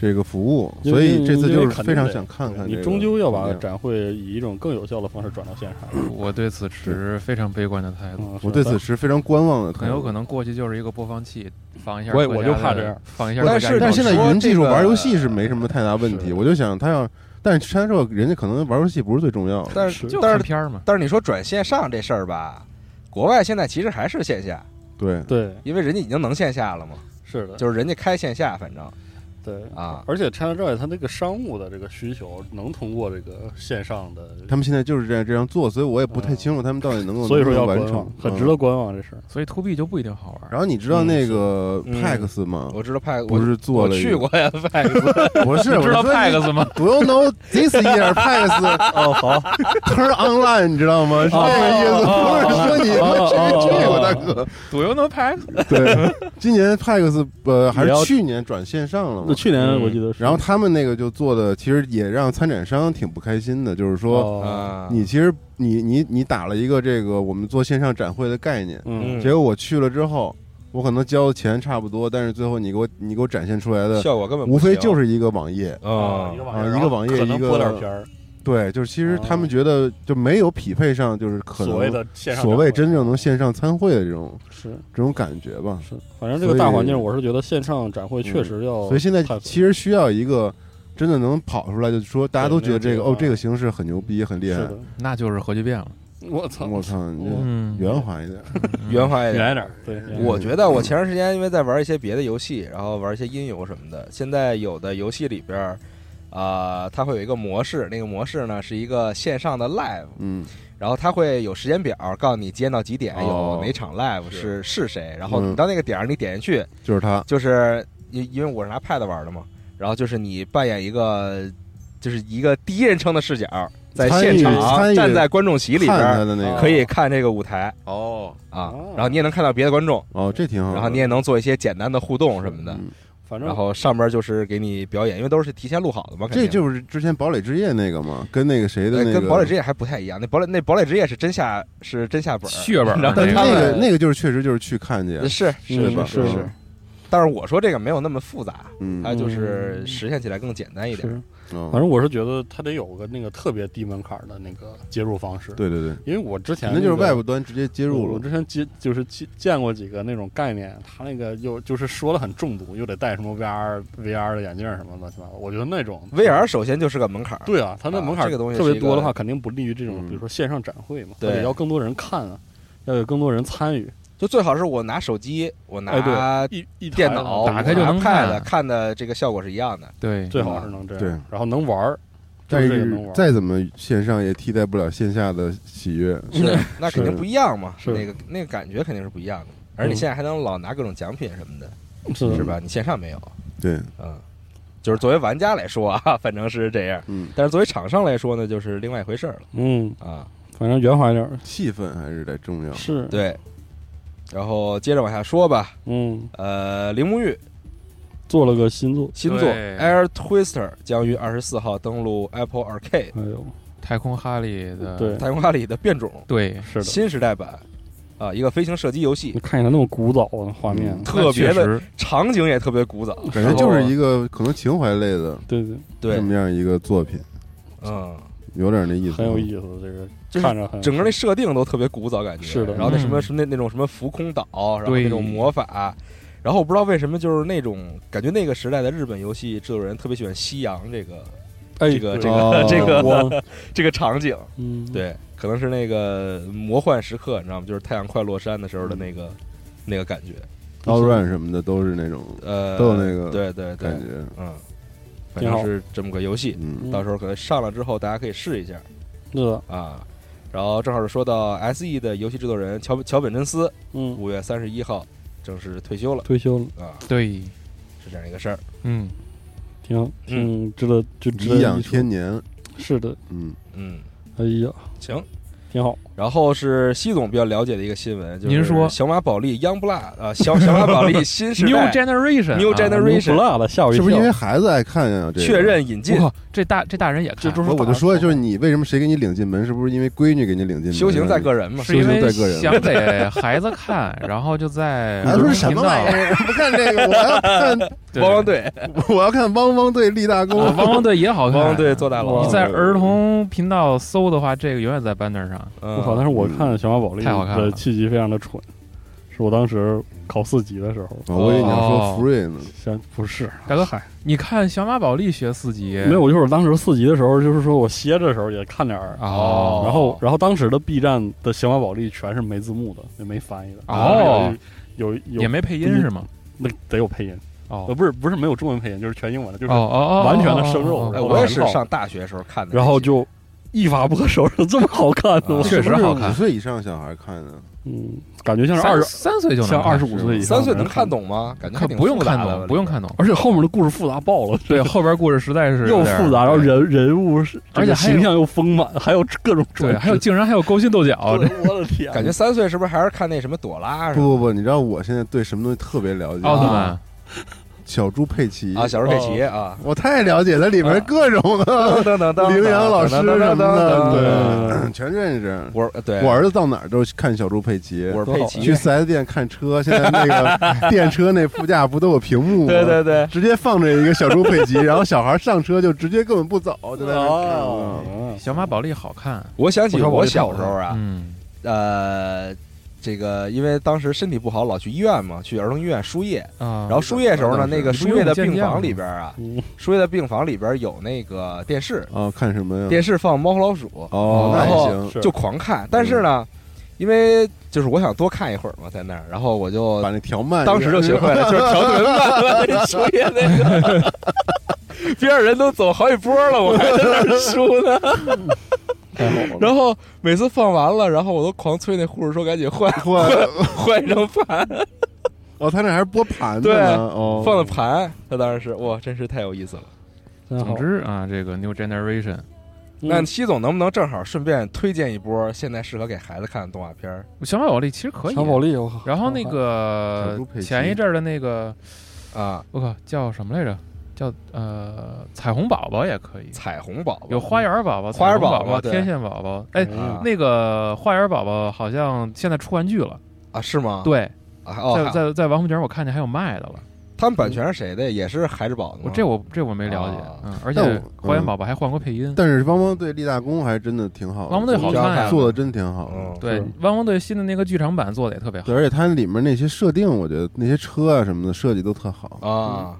这个服务，
因
所
为
以这次
因为
就是
肯定
非常
得
想看看这
你
个
终究要把
怎么样
展会以一种更有效的方式转到线上。
我对此持非常悲观的态度，
嗯
嗯我对
是
此持非常观望的态度，
很有可能过去就是一个播放器，放一下
我也
国
我
家
就怕
的
这样
放一下国家
但
的
是
广告。
但是现在
说
云技术
这个
玩游戏是没什么太大问题，
是
我就想他要，但是拆售人家可能玩游戏不是最重要的，
但
是
是
就
但
看
是
片儿嘛，
但是你说转线上这事儿吧，国外现在其实还是线下，
对，
对
因为人家已经能线下了嘛，
是的，
就是人家开线下，反正
对
啊
而且 ChinaJoy 它那个商务的这个需求能通过这个线上的，
他们现在就是这样这样做，所以我也不太清楚他们到底能够
所以说要
能不能完
观
成
望，，很
嗯
值得。观望这事儿。
所以 to B 就不一定好玩。
然后你知道那个
嗯
Pax 吗？
我知道派
不是做
我
了一个
去过呀，Pax
不是， 我
知道
说
Pax 吗？
Do you know this year Pax
哦，好，
turn online？你知道吗？是这个意思，
哦
不是说你
哦哦哦
去去
哦
过
哦
大哥。
左右能拍
对， 今年 Pax 呃还
也要
是去年转线上了嘛
那？去年我记得
嗯
是，
然后他们那个就做的，其实也让参展商挺不开心的，就是说
哦，
啊，
你其实你你你打了一个这个我们做线上展会的概念，
嗯，
结果我去了之后，我可能交的钱差不多，但是最后你给我你给我展现出来的，
效果根本不
无非
行
就是一个网页。
啊，
啊一个网页
可能
一个
播点片儿，
对，就是其实他们觉得就没有匹配上，就是可能
哦所谓的线上
所谓真正能
线
线上参会的这种
是
这种感觉吧。
是，反正这个大环境，我是觉得线上展会确实要探索，
所以现在其实需要一个真的能跑出来，就是说大家都觉得这个
对那个嗯
哦，这个形式很牛逼，很厉
是
害。
的，
那就是核聚变了。
我操，
我操，你这
嗯，
圆滑一 点。
圆滑一点
远一点儿，对，远一点儿
我觉
嗯
得我前段时间因为在玩一些别的游戏，然后玩一些音游什么的，现在有的游戏里边儿，啊、它会有一个模式，那个模式呢是一个线上的 live，
嗯，
然后它会有时间表，告诉你今天到几点
哦
有哪场 live 是是谁，然后
嗯
你到那个点儿你点进去，
就 是他。
就是因因为我是拿 pad 玩的嘛，然后就是你扮演一个就是一个第一人称的视角，在
参与
现
参
场
与
站在观众席里边
看他
儿，
的那个
可以看这个舞台
哦
啊
哦，
然后你也能看到别的观众。
哦，这挺好的。
然后你也能做一些简单的互动什么的，
嗯
反正
然后上边就是给你表演，因为都是提前录好的嘛。肯定
这就是之前堡垒之夜那个嘛，跟那个谁的
呃
那个
跟堡垒之夜还不太一样，那堡垒那堡垒之夜是真下是真下本儿，
血本儿
然后
但嗯是
他
那个
们
那个就是确实就是去看去，
是
是
吧？
是
是，但是我说这个没有那么复杂，
嗯，
它就是实现起来更简单一点。
是，
嗯
反正我是觉得它得有个那个特别低门槛儿的那个接入方式，，
对对对，
因为我之前
那就是
个
外部端直接接入
我
了，
之前接就是见见过几个那种概念，他那个又就是说的很中毒，又得戴什么 VR VR 的眼镜什么乱七八糟。我觉得那种
VR 首先就是个门槛儿，
对啊，他那门槛、
啊这个东西
特
是
别
一个
多的话，肯定不利于这种、
嗯
比如说线上展会嘛，
对
它得要更多人看啊，要有更多人参与。
就最好是我拿手机，我
哎，
拿
对，一一台
呃
啊
电脑啊
的
打开就能
看
看
看的这个效果是一样的。
对，
最好是能这样，
对
然后能玩儿，
但
就是这个
是
能玩儿。
再怎么线上也替代不了线下的喜悦。
是，那肯定不一样嘛，
是
那个那个感觉肯定是不一样的。而你
嗯
现在还能老拿各种奖品什么的，
是
是？吧？你线上没有，
对，
嗯，就是作为玩家来说啊， 反正是这样。
嗯，
但是作为厂商来说呢，就是另外一回事儿了
嗯，
啊。
反正圆滑一点儿
气氛还是得重要。
是，
对，然后接着往下说吧。
嗯，
呃，铃木玉
做了个新作，
新作
对
Air Twister 将于二十四号登陆 Apple Arcade
哎呦，
太空哈利的
对，
太空哈里的变种
对，
是的，嗯
新时代版啊，一个飞行射击游戏
你，看起来那么古早啊，画面，
嗯
特别
那确
的
实
场景也特别古早，
感觉就是一个可能情怀类的
对啊对，
这
对，
么样一个作品，
嗯。
有点那意思，啊
很有意思，这个
就是
看着很
整个那设定都特别古早感觉，
是的
然后那什么
嗯
是那那种什么浮空岛，然后
对
那种魔法，然后我不知道为什么就是那种感觉那个时代的日本游戏制作人特别喜欢西洋这个
哎
这个
对
这
哦
个这个
我
这个场景，
嗯，
对，可能是那个魔幻时刻，你知道吗？就是太阳快落山的时候的那个那个感觉，
，All Run 什么的都是那种
呃，
都有那个
对对对
感，觉。
嗯，反
挺好
正是这么个游戏，
嗯，
到时候可能上了之后大家可以试一下
是的，
啊。然后正好是说到 S.E 的游戏制作人桥桥本真司，
嗯，
五月三十一号正式退休了
退休了，
啊，
对，
是这样一个事儿。
嗯，
挺好，嗯，值得就值得
颐养
一说
天年。
是的，
嗯，
嗯，
哎呀，
行。
挺好，
然后是西总比较了解的一个新闻，就是
您说
小马宝莉 Young Blood 啊，小小马宝莉 新时
New
代
Generation
New
啊
Gener- Generation
不辣了，吓我
是
一嗯跳，
不是因为孩子爱看呀？这个
确认引进
我靠，这大这大人也看，
我我就说，就是你为什么谁给你领进门？是不是因为闺女给你领进门？啊
修行在个人嘛，
是因为
说就在个人
想给孩子看，然后 就在
还
嗯
说啊什么玩意
意？
儿？不看这个，我要看，
对
汪汪队，
我要看汪汪队立大功。
啊汪汪队也好
汪
看，啊
汪队做大佬，
你在儿童频道搜的话，这个永远在 banner 上。
嗯
我靠！但是我看小马宝莉
太好看了
的气息非常的蠢，是我当时考四级的时候，
哦我以为你要说福瑞呢，
先不是
大哥，嗨，你看小马宝莉学四级，
没有，我就是当时四级的时候，就是说我歇着的时候也看点儿，
哦
然后然后当时的 B 站的小马宝莉全是没字幕的，也没翻译的，
哦，
有有
也没配音是吗？
那得有配音，呃，
哦
不是不是没有中文配音，就是全英文的，就
哦
是
哦，
完全的生肉
哦
哎，
哦
我也是上大学时候看的那集，
然后就一发不可收拾，这么好看呢
啊？
哦确实好看
五岁以上小孩看的，
嗯，感觉像是
哦三
二十，
三岁就能
像
看
二十五岁以上
三岁能
看
看，懂吗？感觉还
看
挺
不用
复杂的
看
吧
懂，不用，看懂。
而且后面的故事复杂爆了，
对，后边故事实在是
又
有点儿
复杂，然后人人物是，
而
这
且
个
还有
形象又丰满， 还有各种
对，还有
转
竟然还有勾心斗角，
折
这
对我的天，
感觉三岁是不是还是看那什么朵拉什
不
么
不不，你知道我现在对什么东西特别了解？
奥特曼
小猪佩奇
啊？小时候
哦
佩奇啊，
我太了解了，里面各种
噔
的
噔噔噔，
羚羊老师什么
噔噔噔噔
的，
噔噔
对，全认识。
我对
我儿子到哪儿都是看小猪佩奇，
我是佩奇
去，四 S 店看车，现在那个电车那副驾不都有屏幕吗？
对对对，
直接放着一个小猪佩奇，然后小孩上车就直接根本不走，就在那
哦
儿
小马宝莉好看，
我想起
我说我
我
也看
小
过
时候啊，
嗯，
呃，这个因为当时身体不好，老去医院嘛，去儿童医院输液。
啊，
然后输液时候呢，
那
那个
是
输
你不
液的
用健
病
将
房
吗
里边啊
嗯，
输液的病房里边有那个电视，
看啊，看什么呀？
电视放《猫和老鼠》，
哦，那
然
也
后
行，
是
就狂看。但是呢，因为就是我想多看一会儿嘛，在那儿，然后我就
把那调慢一点，
当时就学会了，就是调特别慢了， 那输液那个。边上人都走好几波了，我还在那儿输 呢。
太好了，
然后每次放完了，然后我都狂催那护士说赶紧换
换
换一张盘，
哦，他那还是拨盘的
对
呢，哦，
放的盘。他当时是哇，真是太有意思了。
真好
总之啊，这个 New Generation，嗯
那西总能不能正好顺便推荐一波现在适合给孩子看的动画片儿？
小马宝莉其实可以。
小宝莉，我靠
然后那
小
个
猪佩奇
前一阵儿的那个，
啊，
我靠，叫什么来着？叫呃彩虹宝宝也可以，
彩虹宝宝
有花园宝宝、
花园
彩虹
宝
宝
宝对
天线宝宝。哎，
啊
那个花园宝宝好像现在出玩具了，
啊是吗？
对，
啊，
在
哦，还
在在王府井我看见还有卖的了，
他们版权是谁的？也是孩之宝的
我
吗？
这我这我没了解
啊，
嗯，而
但
且
我
花园
嗯
宝宝还换过配音，
但是汪汪队立大功还真的挺好的，
汪汪队好看啊呀
做的真挺好的。
嗯，
对
是，
汪汪队新的那个剧场版做的也特别好
对，，而且它里面那些设定，我觉得那些车啊什么的设计都特好。
啊，
嗯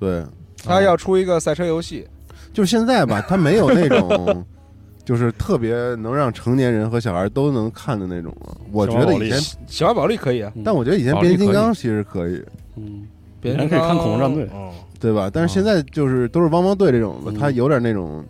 对，
他要出一个赛车游戏，
就是现在吧，它没有那种就是特别能让成年人和小孩都能看的那种了。我觉得以前，
小马宝莉可以啊，
嗯
但我觉得以前
宝
变
莉
形金
可以
刚其实可以，
嗯，
别
人可以看恐龙战队
哦
嗯，
对吧？但是现在就是都是汪汪队这种的，
嗯
它有点那种，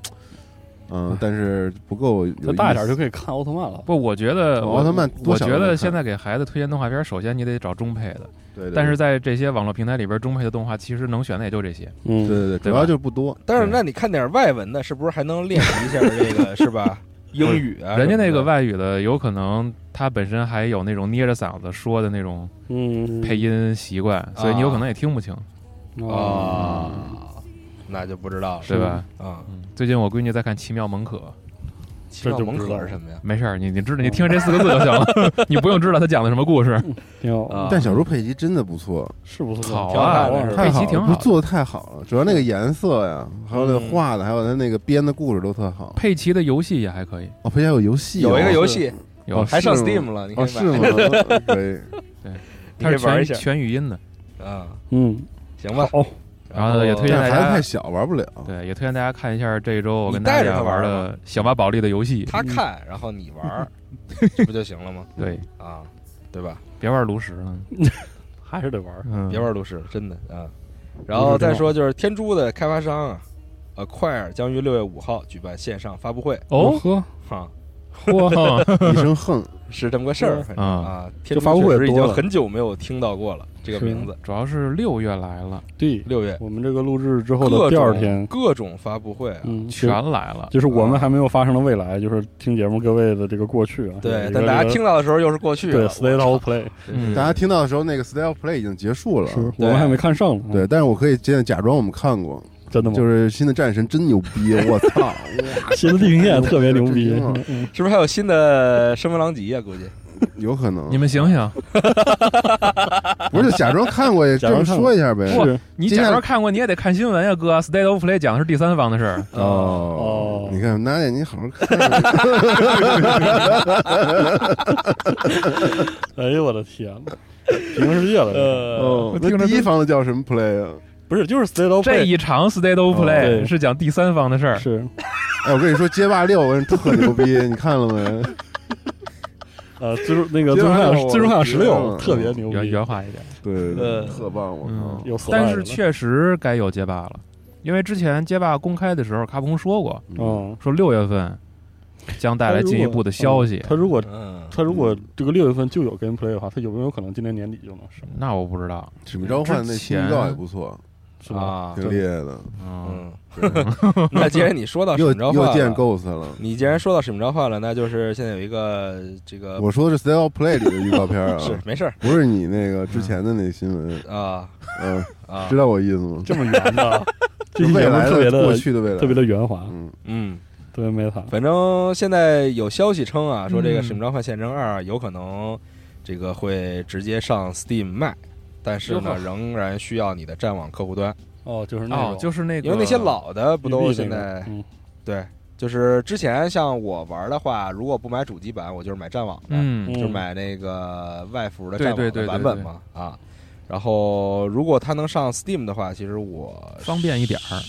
嗯，但是不够有
再大一
意
点
思
就可以看奥特曼了。
不，我觉得
哦
我
奥特曼
我
多小
觉
都能
得
看
现在给孩子推荐动画片，首先你得找中配的，
对，对
但是
对
在这些网络平台里边，中配的动画其实能选的也就这些。
嗯，
对对对，主
对吧
要就是不多。
但是
对
那你看点外文的，是不是还能练习一下这个是吧？英语啊，
人家那个
什么的
外语的，有可能他本身还有那种捏着嗓子说的那种
嗯，
配音习惯，所以你有可能也听不清，
哦
啊，那就不知道了
对吧？
啊。
嗯，最近我闺女在看《奇妙门可》，
这
就不
蒙
知道
可
了
是什么呀？
没事儿，你你知道，你听这四个字就行了，你不用知道他讲的什么故事。
挺好
啊
但小猪佩奇真的不错，
是不错，
好
挺
啊
看的
佩
太
奇
好
挺
了，
好
不
的
是做的太好了，主要那个颜色呀，还有那
嗯
画的，还有他那个编的故事都特好。
佩奇的游戏也还可以，
哦，佩奇还有游戏哦，
有一个游戏
有
哦
还上
是吗
Steam 了，你可
哦，
以买
是 吗？可以，
你
它
可
是
以玩一
全
下
全语音的，
啊。
嗯，
行吧，
好，
然后也推荐
但是
大
孩
家
子太小，玩不了。
对，也推荐大家看一下这周我跟
你带
大
着
家
他玩
玩
儿
的《小马宝莉》的游戏。
他看，然后你玩儿，这不就行了吗？
对，
啊，对吧？
别玩炉石了，
还是得玩儿。
嗯，
别玩炉石了，真的啊。然后再说就是天珠的开发商啊，呃，快尔将于六月五号举办线上发布会，
哦，
呵，
哈，
嚯，
一声哼，
是这么个事儿，
嗯
反正啊，天
这
珠
发布
确
会
实已
多
经
了
很久没有听到过了这个
是
名字。
主要是六月来了，
对，
六月
我们这个录制之后
各
的第二
种
天，
各种发布会啊，
嗯，
全
全
来了，
就是我们还没有发生的未来，就是听节目各位的这个过去啊。
对，
这
但大
个这
家
个
听到的时候又是过去了
对 State of
我
Play，
嗯
大家听到的时候，那个 Style Play 已经结束了。
是我们还没看上呢。
对，，但是我可以现在假装我们看过，
真的吗？
就是新的战神真牛逼，我操！哇
新的地平线特别牛逼
震惊了，
嗯
是不是还有新的声闻狼藉啊？估计
有可能
你们醒醒，
不是假装看过，也
假
这么
装看过
说一下呗。
是
你
接下
假
来
装看过，你也得看啊新闻呀，哥。State of Play 讲的是第三方的事儿，
哦
哦
你看，娜姐，你好好看。
哎呦我的天呐，平行世界了这是，
哦，
听着
那第一
都
房子叫什么 Play 啊？
不是就是 State of
这
Play
一场 State of
哦
Play
对
是讲第三方的事儿，
是
哎，我跟你说，街霸六，我跟你说特牛逼，你看了没？
呃，最终那个
接
最
着
终
还
幻
有
想
我
最终幻想十六
嗯
特别牛
原
逼，
原话一点。
对，
呃
对特棒！我
嗯
靠，
有所爱
但
了
是确实该有街霸了，因为之前街霸公开的时候，卡普空说过，
哦
嗯，
说六月份将带来进一步的消息。
他如果
嗯，
他如果这个六月份就有 gameplay 的话，他有没有可能今年年底就能上？
那我不知道
使命召唤那
之
新
前
预告也不错，
是吧？
啊，
挺厉害的，
嗯，
嗯，
对
那既然你说
啊
到使
又
命召唤
又
了，
见 Ghost 了。
你既然说到使命召唤了，那就是现在有一个这
呃
个
我说的是《Style Play》里的预告片
是
啊，
没事儿
不是你那个之前的那新闻，
啊
嗯，
啊
知，道我意思吗？
这么圆 的，这
就
一
未
节目
来
特别
的、
的
过去的未来，
特别的圆滑，
嗯，
嗯，
特别 meta。
反正现在有消息称啊，说这个
嗯
使命召唤现征二有可能这个会直接上 Steam 卖。但是
哟
呢，
呵
仍然需要你的战网客户端，
哦，就是那
哦
种，
就是那个，
嗯因为那些老的不都
玉
现
璧那个
在
嗯
对，就是之前像我玩的话，如果不买主机版，我就是买战网的，
嗯，
嗯
就是买那个外服的战
对
网
对
的
对
版本嘛啊。然后如果它能上 Steam 的话，其实我
方便一点儿。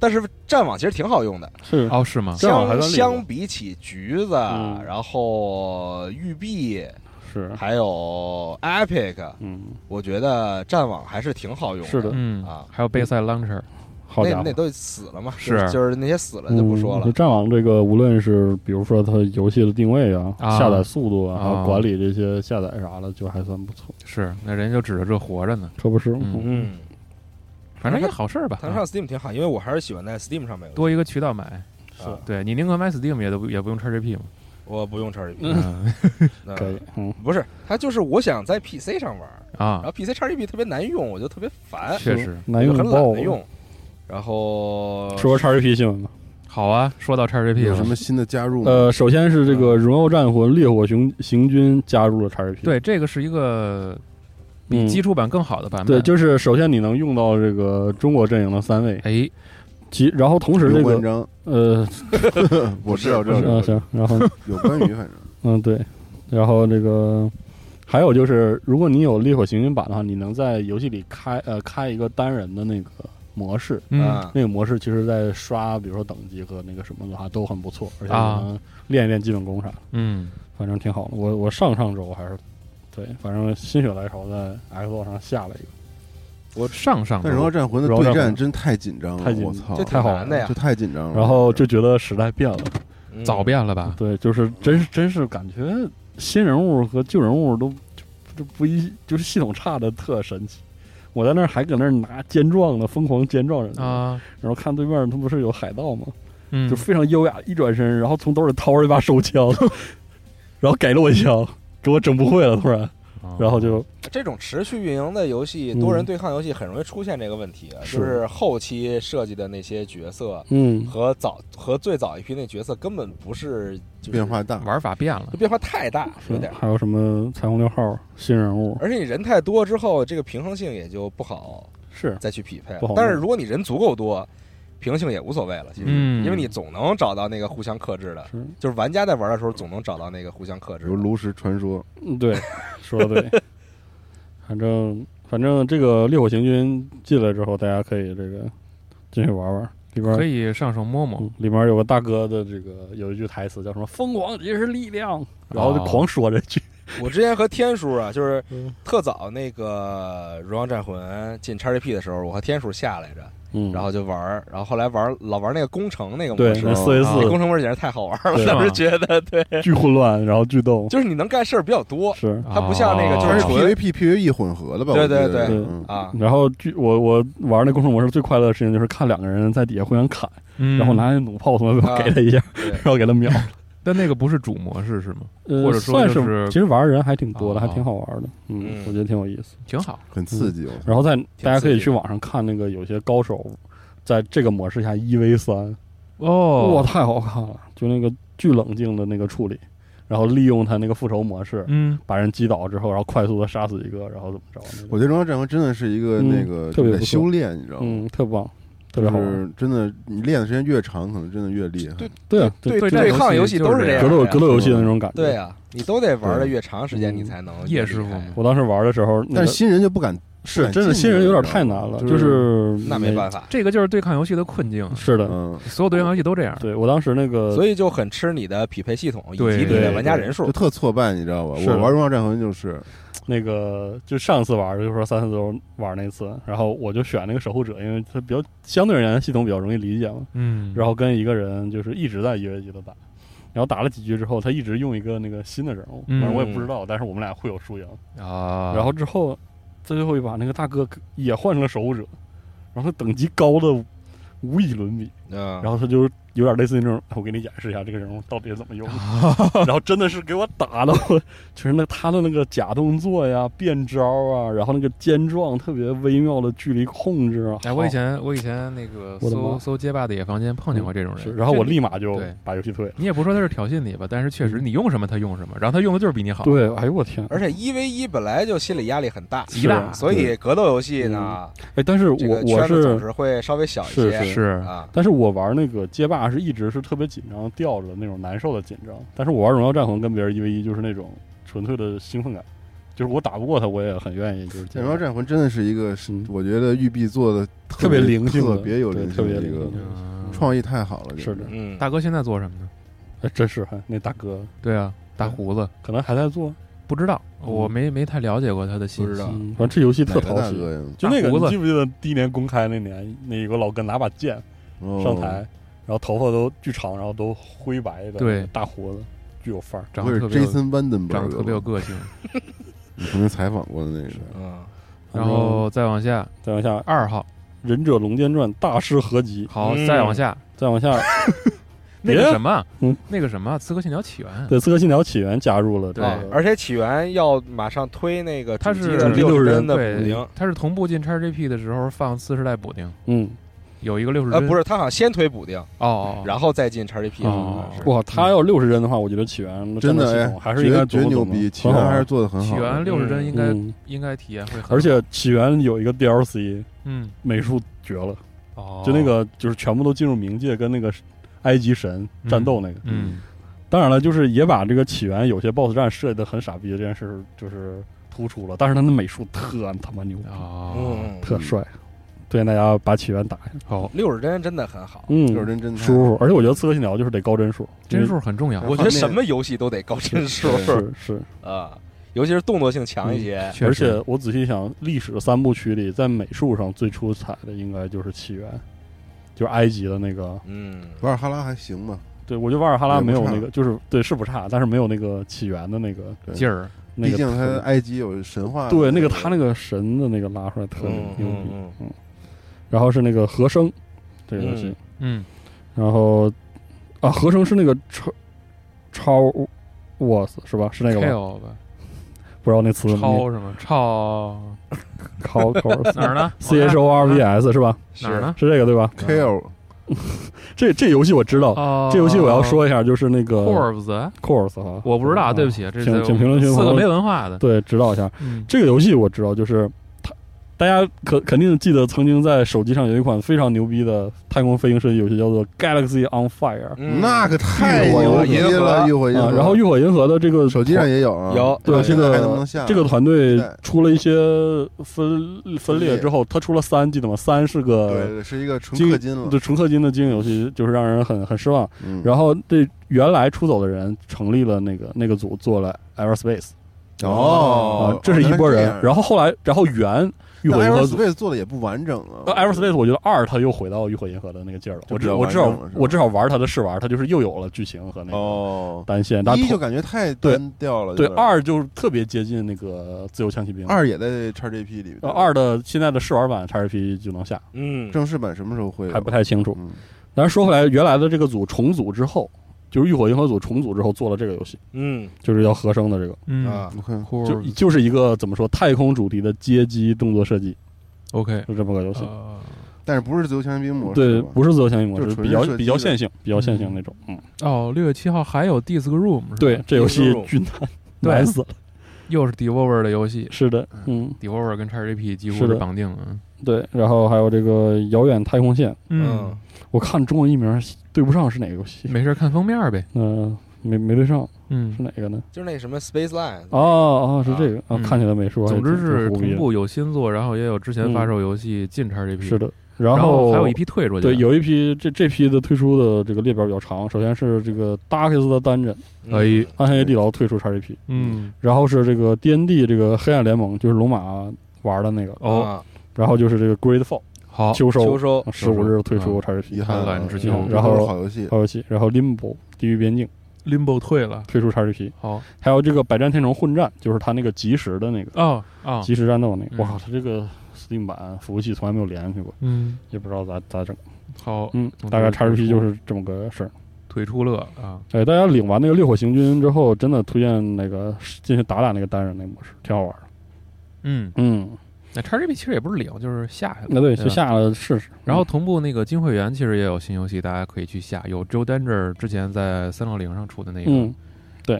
但是战网其实挺好用的，
是
哦，是吗？
战网还
相
算利索
相比起橘子，
嗯
然后育碧，
是，
还有 Epic，
嗯，
我觉得战网还是挺好用
是的，
嗯
啊
还有备赛 launcher，
好
那
家
那
伙，
都死了嘛，
是
就是就是那些死了就不说了
嗯。战网这个，无论是比如说它游戏的定位啊、
啊
下载速度啊、
啊
还有管理这些下载啥的，就还算不错。
是那人就指着这活着呢，
可不是，
嗯
嗯，
嗯，
反正也好事儿吧。
它
啊
上 Steam 挺好，因为我还是喜欢在 Steam 上面。
多一个渠道买，
嗯是
啊
对你宁可买 Steam 也都不也不用 XGP 嘛。
我不用 XGP，
嗯
那
可以，嗯，
不是，它就是我想在 PC 上玩，然
啊
后，PC XGP 特别难用，我就特别烦，
确实
难
我就
用
很懒
爆
得。用。然后
说说 XGP 新闻吧。
好啊。说到 XGP
有什
了，
么新的加
嗯
入吗？
嗯呃，首先是这个《荣耀战魂》烈火雄行军加入了 XGP，
对，这个是一个比
嗯
基础版更好的版本。
对，就是首先你能用到这个中国阵营的三位，
哎，
其然后同时这
有关
个
张，
呃，
我知道，知道，知
嗯
道，
行，然后
有关于反正，
嗯对，然后这个还有就是，如果你有烈火行军版的话，你能在游戏里开呃开一个单人的那个模式，
嗯，
啊，
那个模式其实在刷，比如说等级和那个什么的话都很不错，而且
啊
你能练一练基本功啥的，
嗯，
反正挺好的。我我上上周还是对，反正心血来潮在 Xbox 上下了一个。
我上上
但《荣耀
周
战魂》的
荣耀
对
战
战
魂
真太紧张了
太，紧
我操，
这
太
挺
好
难的呀
这，太紧张了。
然后就觉得时代变了，
嗯
早变了吧？
对，就是真是真是感觉新人物和旧人物都就就不一，就是系统差的特神奇。我在那儿还搁那儿拿尖撞呢，疯狂尖撞人，
啊，
然后看对面他不是有海盗吗？
嗯
就，非常优雅，一转身，然后从兜里掏出一把手枪，然后给了我一枪，给我整不会了，突然，
哦嗯
然后就
这种持续运营的游戏，
嗯
多人对抗游戏很容易出现这个问题啊，
是
就是后期设计的那些角色
嗯，
和早和最早一批那角色根本不是就是
变化大，
玩法变了，
变化太大，有点儿。
还有什么彩虹六号新人物
而且你人太多之后，这个平衡性也就不好
是
再去匹配
不好。弄
但是如果你人足够多，平衡性也无所谓了，其实，
嗯
因为你总能找到那个互相克制的，
是，
就是玩家在玩的时候总能找到那个互相克
比
制
如
的。
炉石传说，
嗯，对，说的对。反正反正这个烈火行军进来之后，大家可以这个进去玩玩。里边
可以上手摸摸
嗯。里面有个大哥的这个有一句台词叫什么“疯狂即是力量”，啊然后就狂说这句。
我之前和天叔啊，就是
嗯
特早那个《荣耀战魂》进 XGP 的时候，我和天叔下来着，
嗯
然后就玩儿，然后后来玩儿老玩那个工程那个模
对啊
式，
那四 v
啊
那
四
工程模式简直太好玩了，
对
当时
是
觉得对，
巨混乱，然后巨逗，
就是你能干事儿比较多
是。
它不像
哦
那个就
它
是
是
啊
纯
PVP PVE 混合的吧？
对
我记得
对
对
嗯
啊。
然后巨我我玩那工程模式最快乐的事情就是看两个人在底下互相砍，
嗯
然后拿那弩炮从
啊
那给他一下，
对
然后给他秒。
但那个不是主模式是吗？
呃
或者说
算
就是
是，其实玩的人还挺多的，
啊
还挺好玩的。嗯
嗯，
我觉得挺有意思。
挺好，
很刺激，我操
然后在大家可以去网上看那个有些高手在这个模式下一 v 三，
哦，
哇，太好看了！就那个巨冷静的那个处理，然后利用他那个复仇模式，
嗯，
把人击倒之后，然后快速的杀死一个，然后怎么着？那个
我觉得《荣耀战魂》真的是一个
嗯
那个
特别
在
不错
修炼，你知道吗？
嗯，特棒，特
就
别好玩。
是真的，你练的时间越长，可能真的越厉害。
对
对啊，
对
对
对
战
对抗游戏都是这
这
样，
格斗
啊
呀
格斗游戏的那种感觉。
对，啊，你都得玩的越长时间，
嗯
你才能
叶
越
师傅
厉害
嘛
我当时玩的时候，
但
那个
是新人就不敢
是
很
真是
近
新人
的
有点
那
太
种
难了，
就
就是
那没办法，
这个就是对抗游戏的困境
法，是的，
嗯，
所有对抗游戏都这样。
对我当时那个，
所以就很吃你的匹配系统以及
对
你
呃对
的玩家人
就
数。
特挫败，你知道吧？
是的
我玩《荣耀战魂》就是，
那个就上次玩儿就说三四周玩儿那次，然后我就选那个守护者，因为它比较相对而言系统比较容易理解嘛。
嗯，
然后跟一个人就是一直在一 v 一的打，然后打了几局之后，他一直用一个那个新的人物，
嗯
反正我也不知道，但是我们俩会有输赢。
后啊，
然后之后最后一把那个大哥也换成了守护者，然后他等级高的无以伦比，
啊
嗯，
然后他就有点类似于那种，哎我给你演示一下这个人物到底怎 么用，然后真的是给我打的我，就是那他的那个假动作呀、变招啊，然后那个尖状特别微妙的距离控制啊，
哎，我以
好
前我以前那个
我的妈
搜搜街霸的野房间碰见过这种
是，
人，
然后我
就你
立马就
对
把游戏退了。
你也不说他是挑衅你吧，但是确实你用什么他用什么，然后他用的就是比你好，
对，哎呦我天！
而且一 v 一本来就心理压力很大，
极大
是啊
所以格斗游戏呢，
哎，但是我、
这个
我
圈子总是会稍微小一
是
些
是
啊。
但是我玩那个街霸是一直是特别紧张、吊着的那种难受的紧张。但是我玩荣耀战魂跟别人一 v 一就是那种纯粹的兴奋感，就是我打不过他，我也很愿意就是
《
接
荣耀
着玩。
战魂》真的是一个是
嗯，
我觉得育碧做的
特别灵性的
特别有
对
灵
特
性
别
的一
灵
个
性
嗯
创意太好了，这
是
个
的
嗯，
大哥现在做什么呢？
哎，真是还那大哥
对啊，大胡子
可能还在做，
不知道，
嗯
我没没太了解过他的信
不知
息
道。
嗯，反正这游戏
哪
特
个
讨
大
喜。
哥呀？
就那个，
大胡子
你记不记得第一年公开那年，那有个老跟拿把剑
哦
上台，然后头发都巨长，然后都灰白的，
对
大胡子，巨有范儿。
长
不
得
是
特别有
Jason Vandenberg，
长得特别有
吧
个性，
你曾经采访过的那个，
嗯，
然后再往下
再往下，《
二号，
忍者龙剑传》大师合集，
好，
嗯
再往下
再往下，
那
别
个什么
嗯，
那个什么《刺客信条：起源》，
对，《刺客信条：起源》加入了这
对
个
啊，
哎
而且起源要马上推那个
它
主
是
机的
主机六
六十
十帧
帧的
对
补丁，
它是同步进 XGP 的时候放次世代补丁，
嗯，
有一个六十
呃，
啊
帧，
不是，他好像先推补丁，
哦哦，
然
后
后再进 XGP 的。
哦
是
啊哇，他要六十帧的话，我觉得起源
真
战斗
的
系
哎
统，还是应该
绝绝
琢磨
牛
琢磨
逼，起源还是做的很
起
好的。
源六十帧应该
嗯
应该体验会很好，
而且起源有一个 DLC
嗯，
美术绝了，
哦，
就那个就是全部都进入冥界跟那个埃及神战斗那个。
嗯
当然了，就是也把这个起源有些 BOSS 战设计的很傻逼，这件事儿就是突出了，但是他的美术特他妈牛逼，
哦，
嗯，
特帅。推荐大家把起源打一下，
好，
六十帧真的很好。
嗯，
六十帧真太
舒服。而且我觉得《刺客信条》就是得高帧数，
帧数嗯很重要，
我觉得什么游戏都得高帧数
因为是是。
啊，尤其是动作性强一些。
确
而
实
且我仔细想，历史三部曲里，在美术上最出彩的应该就是起源，就是埃及的那个。
嗯，
瓦尔哈拉还行吧？
对，我觉得瓦尔哈拉
也不
没有
差
那个，就是对是不差，但是没有那个起源的那个
劲儿，
那
毕
个
竟它
特。
埃及有神话的。
对，那个他那个神的那个拉出来特别
嗯
牛逼。
嗯
然后是那个和声这个游戏
嗯，
嗯，
然后啊，和声是那个超超 was 是吧？是那个吧？
tail 吧，
不知道那词怎么念
超什么 超
超 超
哪儿呢
C H O R V S 是吧？
哪儿呢？
是这个对吧？
Kale
这这游戏我知道，
哦，
这游戏我要说一下，就是那个
Corps，
Course 哈，
哦我不知道，
啊
对不起，这
请
是
请评论区
四
朋
个
友
没文化的，
对，指导一下
嗯，
这个游戏我知道，就是它，大家可肯定记得曾经在手机上有一款非常牛逼的太空飞行射击游戏，叫做 Galaxy on Fire
嗯
那可太
浴火
牛逼
银河
了，浴火银
啊
河。，
然后浴火银河的这个
手机上也有啊，
有
对这个
还能不能下啊
这个团队
期待
出了一些分分裂之后，它出了三，记得吗？三是个
对，是一个纯
经
氪金了。
对纯氪金的经营游戏，就是让人很很失望。
嗯，
然后这原来出走的人成立了那个那个组，做了 Aerospace。啊
哦，，
这是一拨人。然
后
后后来，然后原浴火银河组
Space 做的也不完整啊。
，Everspace，我觉呃得二他又回到浴火银河的那个劲儿了。
就
我
比
至
较
我
完整
至少
了是吧
我至少玩他的试玩，他就是又有了剧情和那个
哦，
单线。但
一
同
就感觉太
对
单调了。
对
有点
二就是特别接近那个自由枪骑兵。
二也在 XGP 里。
呃二的现在的试玩版 XRP 就能下，
嗯，
正式版什么时候会有？
还不太清楚。
嗯，
但是说回来，原来的这个组重组之后，就是浴火银河组重组之后做了这个游戏，
嗯
就是要和声的这个，
嗯
啊，
我看
就
Corps
就是一个怎么说太空主题的街机动作设计，
OK，
就这么个游戏。
呃
但是哦不是自由枪兵模
对
式，吧？
不是自由相应模
就
式，
纯
比较
射击
比较
的
线性，比较线性那种。嗯，
哦，六月七号还有 Disc Room，是吧
对，，这游戏
Room
巨难，
对
难死了。
又是 Devolver 的游戏
是的，嗯，
，Devolver 跟 XGP 几乎
是的
是绑定嗯的，
对。然后还有这个《遥远太空线》，
嗯，
我看中文译名对不上是哪个游戏？
没事儿看封面呗，
嗯，没没对上，
嗯
是，哪个呢？
就是那什么 Space Line
哦哦，是这个啊
嗯，
看起来没说，
总之
挺挺
是
胡逼
同
的嗯
步有新作，然后也有之前发售游戏进 XGP，
是，的。
然
然后
还有一批退出去，
对，有一批这这批的推出的这个列表比较长。首先是这个 Darkest 的单人
嗯
哎，
暗黑地牢退出 XGP，
嗯，
然后是这个 D N D 这个黑暗联盟，就是龙马玩的那个，
哦，
啊
然后就是这个 Great Fall
好，
秋收
秋收
十五日退
嗯
出
遗
XGP
憾了，
看看之
前
嗯
然
都是
后
好游 戏，
好游戏，然后 Limbo 地狱边境
Limbo 退了，
退出 XGP，
好，
还有这个百战天虫混战，就是它那个即时的那个
哦哦，
即时战斗那个，
嗯
我靠，它这个 Steam 版服务器从来没有连去过，
嗯，
也不知道咋咋整。
好，
嗯
总，之
大概
退
XGP
出
就是这么个事儿。
退出乐啊，
哎，大家领完那个烈火行军之后，真的推荐那个进去打打那个单人那个模式，挺好玩的。
嗯，
嗯，
那 XGP 其实也不是领，就是下下来，
啊那对，就
吧。
下嗯了试试。
然后同步那个金会员其实也有新游戏，大家可以去下，有 Joe Danger 之前在三六零上出的那个、
嗯，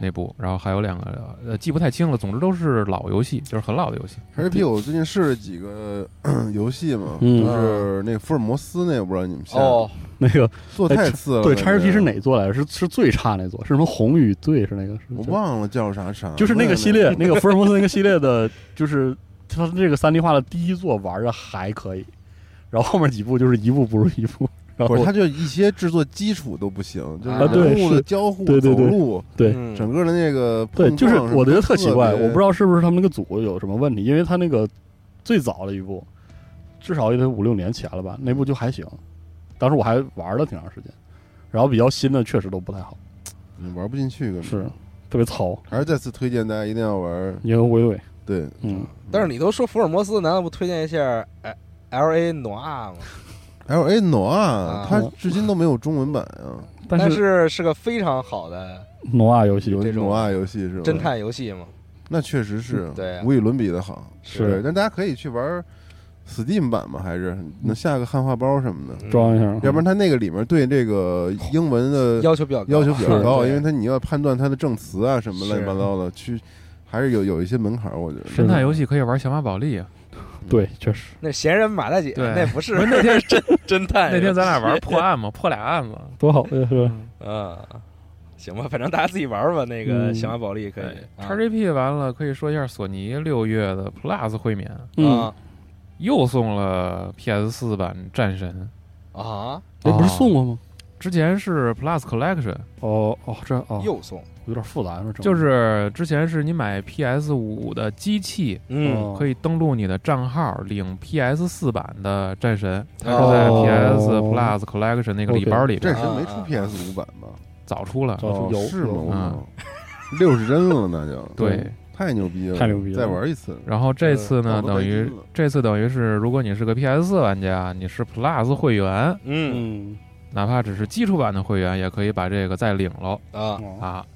那部，然后还有两个呃记不太清了，总之都是老游戏，就是很老的游戏。
而且我最近试了几个 咳游戏嘛，
嗯
就是那个福尔摩斯那个，不知道你们下
哦，
那个
做太次了。
哎对
感觉
XGP 是？哪座来着？是是最差那座，是什么红与醉是那个？是
我，忘了叫啥啥，
就是那个系列，那个福尔摩斯那个系列的，就是它这个三 D 化的第一座玩的还可以，然后后面几部就是一步不如一步。然
不
后
是，它就一些制作基础都不行，就是
啊对
人物的
是
交互、
对对对
走路，
对
嗯
整个的那个
对，
碰
就是
撞
我觉得
什么
特奇怪，
别
我不知道是不是他们那个组有什么问题，因为他那个最早的一部，至少也得五六年前了吧，那部就还行，当时我还玩了挺长时间，然后比较新的确实都不太好，
你玩不进去，根本
是特别糙，
还是再次推荐大家一定要玩，
也很猥琐，
对，
嗯，
但是你都说福尔摩斯，难道不推荐一下 L A 诺亚吗？
L A 挪
啊
啊，它至今都没有中文版啊，
但
但
是
是是个非常好的
挪亚游戏
有
这种
挪啊游戏是吧？
侦，探游戏嘛。
那确实是
嗯对啊
无与伦比的好，
是
对但大家可以去玩 Steam 版嘛，还是能下个汉化包什么的，
嗯
装一下，
要不然它那个里面对这个英文的
要求比较高
要求比较
是
高，
对
因为它你要判断它的证词啊什么
是
乱七八糟的，去还是有有一些门槛儿，我觉得
是
侦探游戏可以玩小马宝莉，啊
对，确实
那闲人马大姐，
对
那不是
不是那天
侦侦探
那天咱俩玩破案嘛，破俩案嘛，
多好呀，是吧？
啊，行吧，反正大家自己玩吧。那个
嗯
小马宝莉可以
对
啊
XGP 完了，可以说一下索尼六月的 Plus 会免，
嗯，
啊
又送了 PS 四版《战神
嗯哦
啊，
那哎不是送过吗？》，
之前是 Plus Collection，
哦哦，这哦
又送，
有点复杂，啊这
就是之前是你买 PS 五的机器，
哦
嗯，
可
以
以登录你的账号领 PS 四版的《战神》，它是
哦
在 PS Plus Collection 那个礼包里
这
边
时没出
啊
PS 五版吧？
早出了。
哦有
是吗？
有
我操，六十帧了那就
对，
太牛逼了，
太牛逼了
再玩一次，
然后这次呢，
早都
等
被禁
于
了
这次等于是，如果你是个 PS 四玩家，你是 Plus 会员，
嗯
嗯
哪怕只是基础版的会员，也可以把这个再领喽
啊，
啊
啊。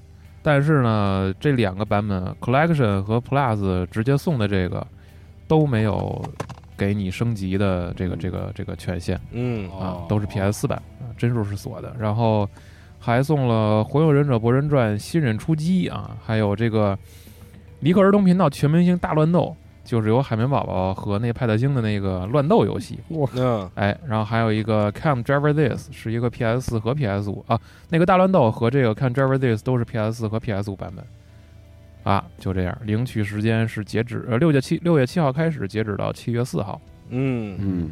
但是呢，这两个版本 Collection 和 Plus 直接送的这个都没有给你升级的这个这个这个权限。
嗯
啊，都是 PS 四版，啊帧数是锁的。然后还送了《火影忍者博人传》新人出击啊，还有这个尼克儿童频道全明星大乱斗，就是由海绵宝宝和那派大星的那个乱斗游戏。
嗯
哎，然后还有一个 Cam Driver This 是一个 PS 四和 PS 五啊，那个大乱斗和这个 Cam Driver This 都是 PS 四和 PS 五版本。啊，就这样，领取时间是截止呃六月七六月七号开始，截止到七月四号。
嗯，
嗯，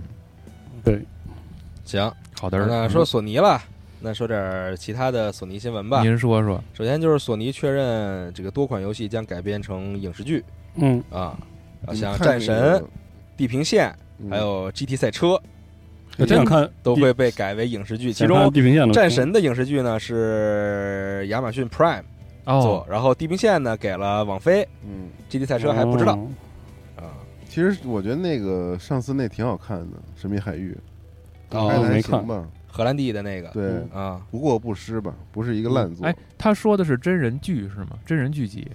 行，
好的，嗯
那说索尼了。那说点儿其他的索尼新闻吧。
您说说，
首先就是索尼确认这个多款游戏将改编成影视剧
嗯
啊，啊
你
像
看
《战
这
神》
个
《地平线》
嗯
还有《GT 赛车》
我想看
都会被改为影视剧，其
想看
中
地平线了
《战神》的影视剧呢是亚马逊 Prime 做
哦，，
然后《地平线》呢给了网飞，
嗯，
《GT 赛车》还不知道
哦
啊。
其实我觉得那个上次那挺好看的，《神秘海域》
哦
拍的还
没
行
看
吧？
荷兰弟的那个
对，
啊，
不过不失吧，不是一个烂作
哎。，他说的是真人剧是吗？真人剧集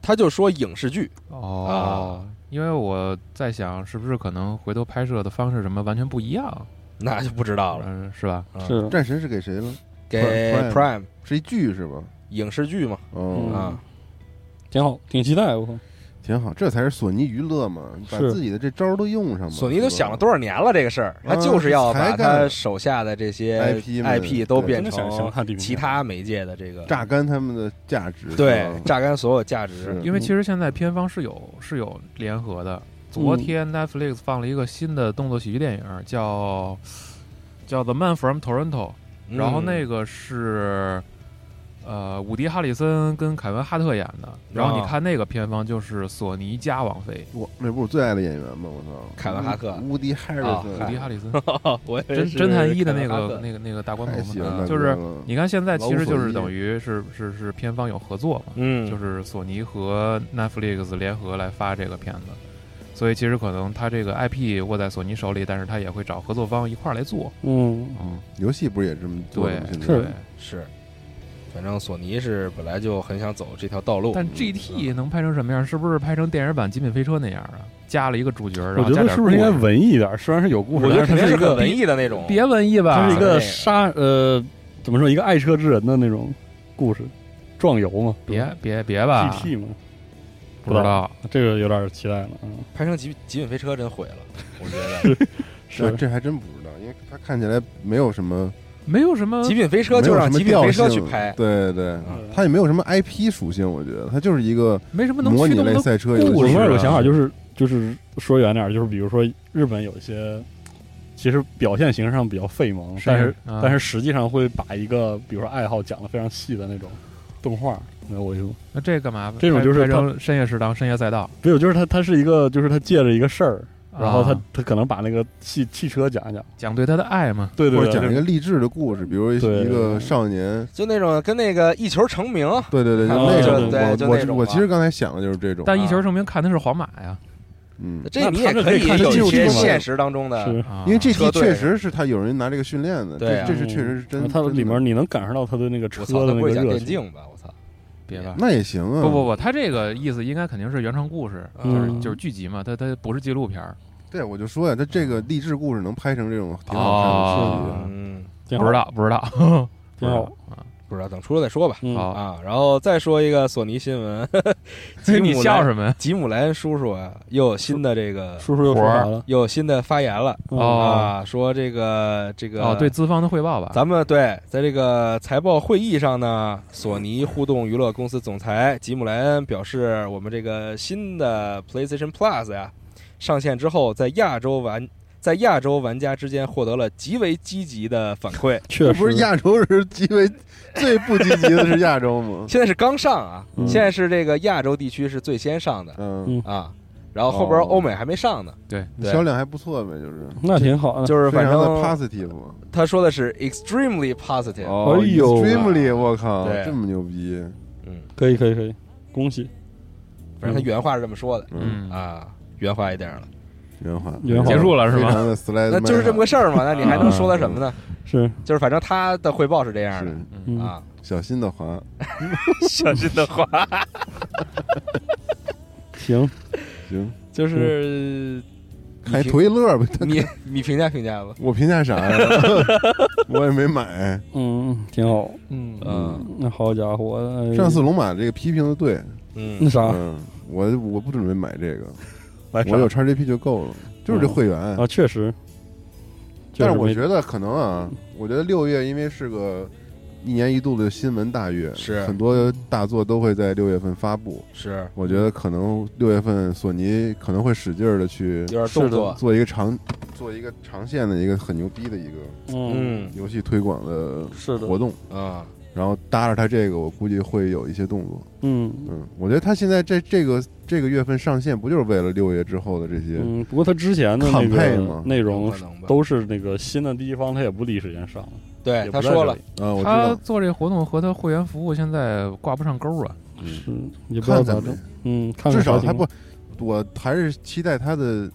他就说影视剧，
哦，因为我在想是不是可能回头拍摄的方式什么完全不一样，
那就不知道 了。
嗯，是吧？
啊
是
战神是给谁了？
给
Prime
Prime
是一剧是吧？
影视剧嘛
哦，
嗯
啊，
挺好，挺期待我靠。
挺好，这才是索尼娱乐嘛，把
是
自己的这招儿都用上嘛。
索尼都
是吧
想了多少年了这个事儿，他
啊
就是要把
才干
他手下的这些
IP 们
IP 都
对
变
真的想想
成
看地平线
其他媒介的这个
榨干他们的价值。
对
是吧
榨干所有价值
是。
因为其实现在片方是有是有联合的。昨天 Netflix 放了一个新的动作喜剧电影，叫叫《The Man from Toronto》，
嗯
然后那个是呃伍迪·哈里森跟凯文·哈特演的。然后你看那个片方就是索尼加王菲，
我那不是我最爱的演员吗？我操，
凯文哈克
乌迪海瑞
啊
伍迪·
森，
哈里森
哦我也
侦
是
侦探一的那
凯文哈
个
克
那个那个大光头
太喜
嘛。
啊
欢他
就
们
是
了
你看现在其实就
老无所
是
依
等于是是是片方有合作嘛，
嗯，
就是索尼和 Netflix 联合来发这个片子，所以其实可能他这个 IP 握在索尼手里，但是他也会找合作方一块儿来做。
嗯，哦
嗯，
游戏不是也这么做的
对
吗？现，在
对。
是，反正索尼是本来就很想走这条道路，嗯
但
嗯
GT 能拍成什么样？是不是拍成电影版《极品飞车》那样啊？加了一个主角，然
我
后
觉
加
得
点
是不是应该
故事
文艺一点？虽然是有故事，
我觉得
但是
肯定
它是一
是很
个
文艺的那种，
别文艺吧？
它是一
那
个
个
杀呃，怎么说一个爱车之人的那种故事，壮游嘛，
别别别吧
GT 嘛，
不知道。
这个有点期待了，嗯，
拍成极极品飞车真毁了，我觉得
这这还真不知道，因为他看起来没有什么，
没有什么
极品飞车
没
就
有
让
什么
极品
调
飞车
性
去拍，啊
对对，
嗯
他也没有什么 IP 属性，我觉得他就是一个
没什么能
模
驱
拟
动
类
的
赛车游
我
故
我
事
戏
有
啊。
个想法就是就是说远点儿，就是比如说日本有一些其实表现形式上比较费萌，但是
啊
但是实际上会把一个比如说爱好讲的非常细的那种动画，那我就
那这干嘛？
这种就是
拍
他
成深夜食堂、深夜赛道，
没有，就是他他是一个就是他借着一个事儿，然后他、
啊
他可能把那个汽汽车讲一讲，
讲对他的爱嘛。
对对
或
对，
者讲一
就
个励志的故事，比如一
对
个少年，
就那种跟那个一球成名，
对对对，就
啊
那
就
对就
种。我
那种
我我
吧
其实刚才想的就是这种，
但一球证明看的是皇马呀
嗯，
这你
那
也
他们
可
可以看
有
进
一
入
些
这种
现实当中的，
是。
啊，
因为这
车
题
队
确实是他有人拿这个训练的，
对啊
这这是确实是真。
它
真的
里面你能感受到它的那个车
我操，
的
他
那
不
个
会讲
热
电
情，
竞吧？我操，
别吧。
那也行啊，
不不不，他这个意思应该肯定是原创故事，
嗯
就是剧集嘛，他他不是纪录片儿。
对，我就说呀，他这个励志故事能拍成这种挺好看的设计
哦
的，
嗯，
挺
不
好
知，道，不知道，不
挺
知
好
道。啊。
不知道，等出了再说吧。
嗯
好
啊，然后再说一个索尼新闻，吉姆
你笑
莱
什么呀？
吉姆莱恩叔叔啊，又有新的这个
叔叔又说
活儿
啥了？
又有新的发言了
嗯
哦
啊，说这个这个
哦，对资方的汇报吧。
咱们对，在这个财报会议上呢，索尼互动娱乐公司总裁吉姆莱恩表示，我们这个新的 PlayStation Plus 呀，上线之后，在亚洲玩在亚洲玩家之间获得了极为积极的反馈。
确实
不是亚洲是极为最不积极的是亚洲吗？
现在是刚上啊，
嗯
现在是这个亚洲地区是最先上的
嗯，
啊，然后后边欧美还没上呢。对
销量还不错呗，就是
那挺好的，
就是
非
反
常的
正
positive 嘛。
他说的是 extremely positive，、
哦
哎呦
e x t r e m e l y 我靠，
对
这么牛逼，
嗯，
可以可以可以，恭喜
反正他原话是这么说的、
嗯，
啊，原话一点了，
原话
原话
结束了是
非
吧？
常的 slide，
那就是这么个事儿嘛，那你
嗯
还能说他什么呢？
是
就是反正他的汇报是这样的
是
嗯
嗯
啊，
小心的滑，
小心的话
行，
行，
就是你
还
评
图一乐呗。他
你你评价评价吧，
我评价啥呀？ 我也没买。
嗯，挺好。
嗯
嗯，
那好家伙，哎
上次龙马这个批评的对，
那
嗯，
啥，
嗯，我我不准备买这个，
来
哎
啥
我有 XGP 就够了，就是这会员。
啊，确实，
但是
确实
我
没
觉得可能啊，我觉得六月因为是个一年一度的新闻大月，
是
很多大作都会在六月份发布。
是
我觉得可能六月份索尼可能会使劲儿的去
有点动作，
做一个长做一个长线的一个很牛逼的一个
嗯，
嗯
游戏推广的
是的
活，动，
啊，
然后搭着它这个，我估计会有一些动作。
嗯
嗯，我觉得它现在这这个这个月份上线，不就是为了六月之后的这些？
嗯，不过他之前的那
看配嘛
个内容
有可能吧
都是那个新的第一方，他也不第一时间上，
对
也
哎他
不在
说
这
了
里，，
啊，我知
他
道，
做这活动和他会员服务现在挂不上钩啊。
嗯，
嗯，也不知道
看
咋
咱
整
们，，
嗯，看看
至少
啥
他
情
不
况，
我还是期待他的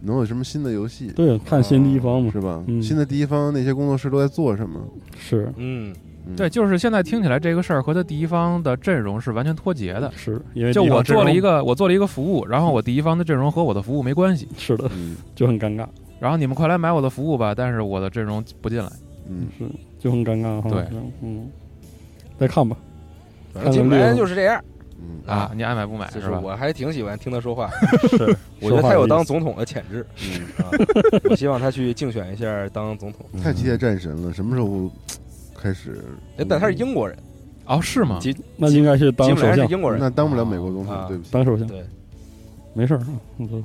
能有什么新的游戏，
对，看新第一方嘛，
是吧？
嗯
新的第一方那些工作室都在做什么？
是
嗯，
嗯
对，，就是现在听起来这个事儿和他第一方的阵容是完全脱节的。
是，因为
就
第一方
我做了
阵容
一，个，我做了一个服务，然后我第一方的阵容和我的服务没关系，
是的，
嗯
就很尴尬，
然后你们快来买我的服务吧，但是我的阵容不进来。
嗯，
是就很尴尬哈，
对，
嗯，再看吧，
反正基本上就是这样，
嗯，
啊，你爱买不买
就是是
吧？
我还挺喜欢听他说 话，
是，
我觉
说
得
话
他有
意思
当总统的潜质。嗯啊，我希望他去竞选一下当总统。
太机械战神了，什么时候开始
哎？但他是英国人，
哦，是吗？
吉
那应该是嗯当
吉姆
首
莱恩
相
是，英国人
那当不了美国总
啊
统，对不起。
当首相，
对，
没事儿， 嗯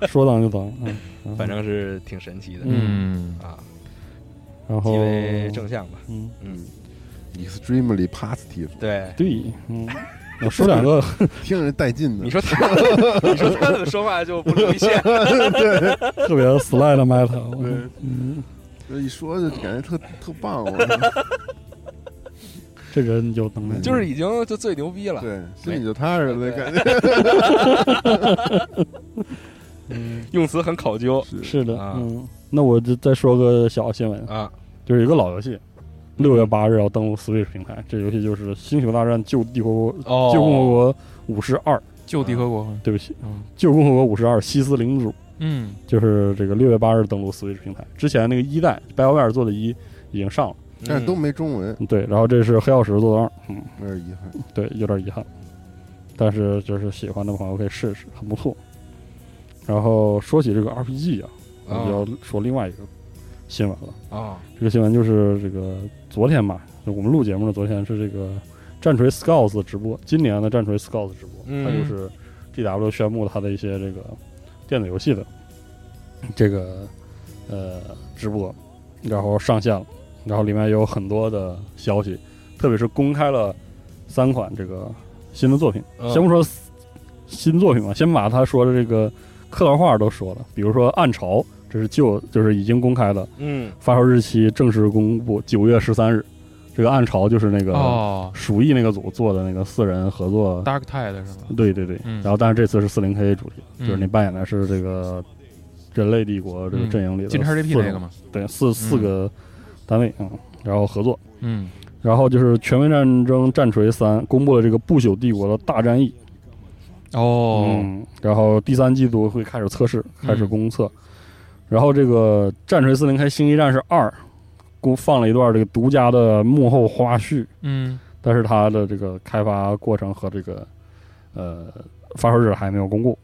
都说当就当，嗯，嗯
反正是挺神奇的
嗯，
啊，
然
极
后
为正向吧。
嗯，
嗯，
Extremely positive，
对。
对，嗯，我说两个，
听着带劲的。
你说他， 你说他怎么说话就不留一线？
特别 slide meta，我
对
嗯，
一说就感觉特特棒，我
这人有能耐，
就是已经就最牛逼了，
对，心里就踏实了，感 觉
嗯用词很考究
是的，
啊
嗯，那我就再说个小新闻，
啊。
就是一个老游戏，六月八日要登陆 Switch 平台，这游戏就是《星球大战：旧帝国国
哦，
旧共和国五十二》，
旧帝国国，
对不起，
嗯
旧共和国五十二西斯领主，
嗯
就是这个六月八日登陆 Switch 平台。之前那个一代 BioWare 做的一已经上了，
但是都没中文，
对，然后这是黑曜石做的二，嗯，
有点遗憾。
对，有点遗憾，但是就是喜欢的朋友可以试试，很不错。然后说起这个 RPG 啊，我
啊
就要说另外一个新闻了。
啊
这个新闻就是这个昨天吧，就我们录节目的昨天是这个战锤 Scouts 直播，今年的战锤 Scouts 直播，
嗯
它就是 GW 宣布它的一些这个电子游戏的这个呃直播，然后上线了，然后里面有很多的消息，特别是公开了三款这个新的作品，
嗯
先不说新作品吧，先把他说的这个客套话都说了，比如说《暗潮》，这是旧，就是已经公开的。
嗯
发售日期正式公布九月十三日。这个暗潮就是那个
哦
鼠疫那个组做的那个四人合作，
，Dark Tide 是吗？
对对对。
嗯
然后，但是这次是四零 K 主题，
嗯嗯
就是你扮演的是这个人类帝国这个阵营里的
进 XGP
四
那个嗯
种
嘛，
对，四四个单位嗯，然后合作。
嗯
然后就是《权威战争：战锤三》公布了这个不朽帝国的大战役，
哦，
嗯，然后第三季度会开始测试，开始公测。然后这个《战锤四零 K 星际战士二》公放了一段这个独家的幕后花絮，
嗯
但是它的这个开发过程和这个呃发售日还没有公布。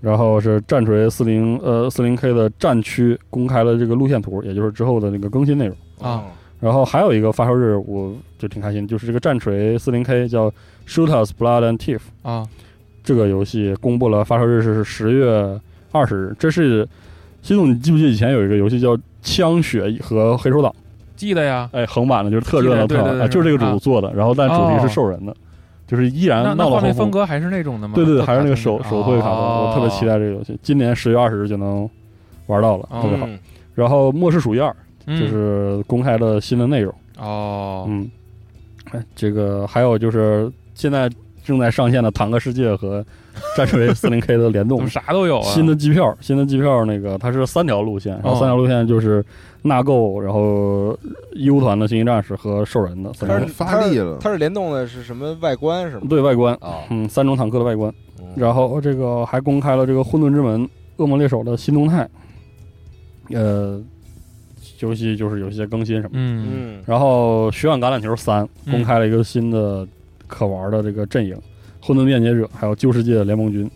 然后是战锤四零呃四零 K 的战区公开了这个路线图，也就是之后的那个更新内容。
啊，
然后还有一个发售日，我就挺开心，就是这个战锤四零 K 叫《Shoot Us Blood and Teeth》，
啊，
这个游戏公布了发售日是十月二十日。这是西总，你记不记得以前有一个游戏叫《枪血》和《黑手党》？
记得呀，
哎，横版的就是特热闹，
记
特
得
好
对对对
玩，哎就是这个主
啊
子做的。然后但主题是兽人的，就是依然
那那
闹闹
画
哄
面风
哄。
格还是那种的吗？
对对对，
特
还是那个
卡
手
通的哦
手绘卡通，我特别期。待这个游戏。今年十月二十日就能玩到了，
哦
特别好。
嗯
然后《末世鼠疫二》
嗯
就是公开了新的内容。
哦，
嗯，哎，这个还有就是现在正在上线的《坦克世界》和《战锤四零 K》的联
怎
动
么，啥都有啊？
新的机票，新的机票那个它是三条路线，然后
哦
三条路线就是纳购，然后 U 团的星际战士和兽人的三
他
种
是
发力了
他是联动的是什么外观是吗？
对外观，
啊，
嗯，三种坦克的外观，
嗯
然后这个还公开了这个《混沌之门：恶魔猎手》的新动态，呃，游戏就是有一些更新什么的。
嗯
嗯
然后《血染橄榄球三》
嗯
公开了一个新的可玩的这个阵营，混沌辩解者还有旧世界联盟军。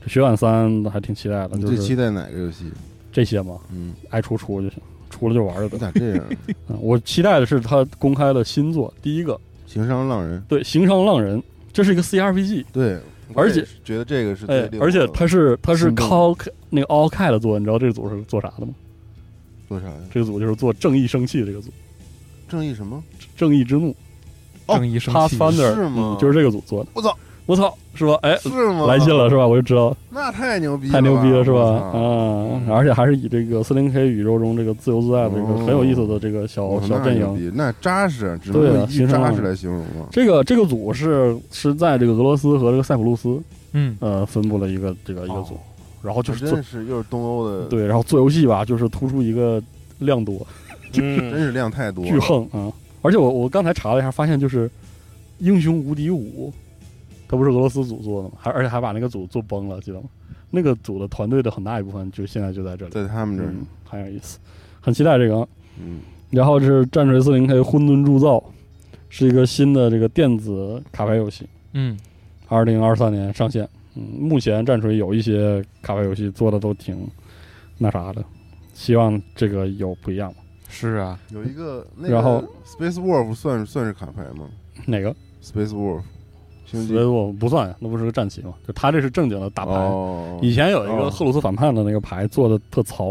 这《血染三》还挺期待的，
你
就
最期
是
待哪个游戏？
这些嘛，
嗯，
爱出出就行，出了就玩就
你
得。
咋这 样？
嗯我期待的是他公开了新作，第一个
情商浪人，
对《行商浪人》，这是一个 CRPG，
对，
而
我
且
也是觉得这个是最
哎
令，我
而且它是它是
心动
Call 那个 All Cat 做的，你知道这个组是做啥的吗？
做啥呀？
这个组就是做《正义生气》这个组，
正义什么？
《正义之怒
哦
正义》生气，
Pathfinder，
是吗
嗯就是这个组做的。
我操，
我操，是吧？哎，
是吗？
来劲了是吧？我就知道
那太牛逼了吧，
太牛逼了是吧？
我操
啊，而且还是以这个四零 K 宇宙中这个自由自在的这个
哦
很有意思的这个
我
小
操
小
那
阵
牛
营。
逼那扎实，只能
对啊
用一句
情商
扎
浪
实
人
来形容了。
这个这个组是是在这个俄罗斯和这个塞浦路斯
嗯
呃分布了一个这个一个组，然后就是
真
做
的是又是东欧的，，
对，然后做游戏吧，就是突出一个量多
真
嗯，
是量太多了，
巨横啊！而且我我刚才查了一下，发现就是《英雄无敌五》，它不是俄罗斯组做的吗？还而且还把那个组做崩了，记得吗？那个组的团队的很大一部分就现在就在这里，
在他们这儿，
嗯，很有意思，很期待这个啊。
嗯，
然后是战锤四零 K 混沌铸造，是一个新的这个电子卡牌游戏，
嗯
二零二三年上线。嗯，目前战锤有一些卡牌游戏做的都挺那啥的，希望这个有不一样吧。
是啊，
有一个那
然后
个 Space Wolf 算算是卡牌吗
哪个？
？Space Wolf 星际
所以我不算，那不是个战旗嘛？就他这是正经的打牌。
哦，
以前有一个
哦
赫鲁斯反叛的那个牌做的特糙，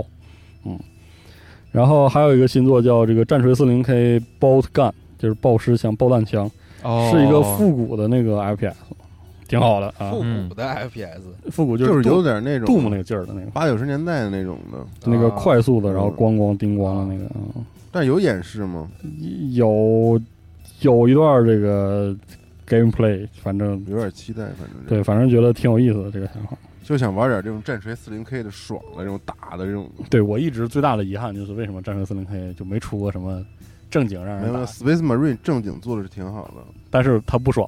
嗯，然后还有一个新作叫这个战锤四零 K Bolt Gun，就是爆尸枪、爆弹枪，
哦，
是一个复古的那个 FPS，挺好的啊，
复
嗯
古的 FPS，
复古
就是
是
有点那
杜姆
种
那个劲儿的那个，
八九十年代的那种的，
那个
啊
快速的，然后
嗯
咣咣叮咣的那个，嗯
但有演示吗？
有有一段这个 gameplay，反正
有点期待，反正这
对，，反正觉得挺有意思的这个想法。
就想玩点这种战锤四零 K 的爽的这种打的这种，
对我一直最大的遗憾就是为什么战锤四零 K 就没出过什么正经让
没
人
有
打，
Space Marine 正经做的是挺好的，
但是他不爽。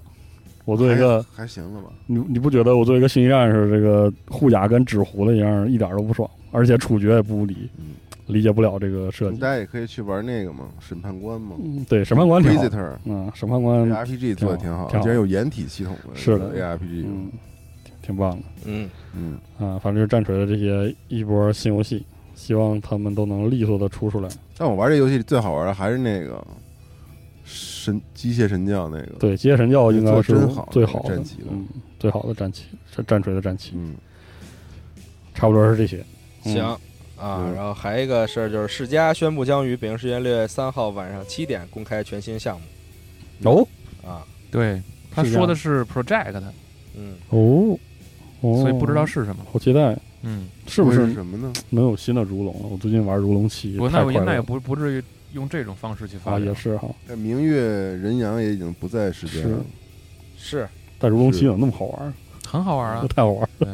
我作为一个
还还行了吧？
你你不觉得我作为一个星际战士，这个护甲跟纸糊的一样，一点都不爽，而且处决也不无理，
嗯，
理解不了这个设计
大。家也可以去玩那个嘛，审判官嘛
嗯，对，审判官挺好，
，Visitor
嗯，审判官，
RPG 做的挺好，
挺好
竟然有掩体系统的，
是的
ARPG，
嗯，挺挺棒的
嗯，
嗯，
啊。反正就是战锤的这些一波新游戏，希望他们都能利索的出出来。
但我玩这游戏最好玩的还是那个神机械神教那个，，
对，机械神教应该是
做得真好
最好的
战旗了
嗯，最好的战旗，战战锤的战旗，
嗯，
差不多是这些。嗯
行。啊，
嗯
然后还有一个事儿就是，世嘉宣布将于北京时间六月三号晚上七点公开全新项目
哦
啊，
对，他
是这样
说的是 project，
嗯，
哦，哦
所以不知道是什么。
好期待，
嗯，
是不
那
是
什么呢？
能有新的如龙了？我最近玩如龙七，
不，
太
那
快
也
乐
那也
了
不不至于用这种方式去发
啊，
展，
也是哈，
哎明月人阳也已经不在世间了，
是
但如龙七
是
有那么好玩儿？
很好玩啊
那，太好玩儿，
对，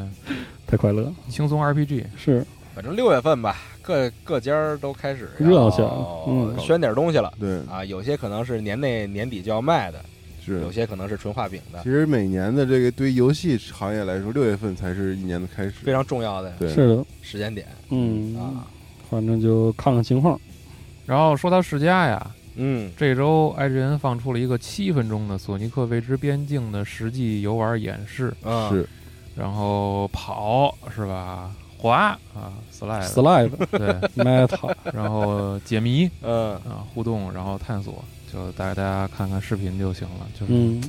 太快乐了，
轻松 RPG。
是
反正六月份吧，各各家儿都开始
热闹起来
要
嗯
宣点东西了
对，
啊。有些可能是年内年底就要卖的，
是
有些可能是纯画饼
啊
的
其，实每年的这个对于游戏行业来说，六月份才是一年的开始，
非常重要的
对，
是的，
时间点
嗯，
啊。
反正就看看情况。
然后说到世嘉呀，
嗯，
这周 IGN 放出了一个七分钟的《索尼克未知边境》的实际游玩演示，
啊
是
然后跑是吧？滑啊，slide，
Slide
对，
Meta，
然后解谜
嗯，
啊，互动，然后探索，就带大家看看视频就行了。就是
嗯，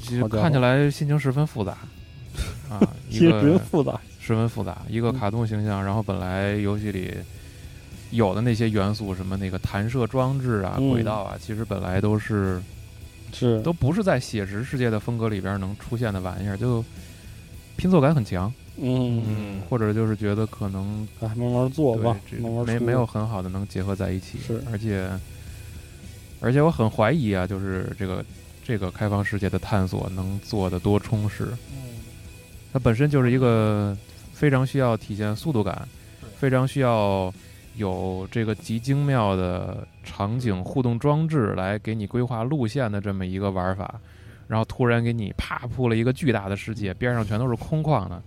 其实
好家伙
看起来心情十分复杂 啊，一
其实
个
复杂，
十分复杂，一
嗯
个卡通形象，然后本来游戏里有的那些元素，什么那个弹射装置啊、
嗯
轨道啊，其实本来都是
是
都不是在写实世界的风格里边能出现的玩意儿，就拼凑感很强，
嗯，
嗯
或者就是觉得可能
哎，慢慢做
对
吧，
这
慢慢
没
出
没有很好的能结合在一起，
是
而且而且我很怀疑啊，就是这个这个开放世界的探索能做的多充实，
嗯
它本身就是一个非常需要体现速度感，非常需要有这个极精妙的场景互动装置来给你规划路线的这么一个玩法，然后突然给你啪铺了一个巨大的世界，边上全都是空旷的，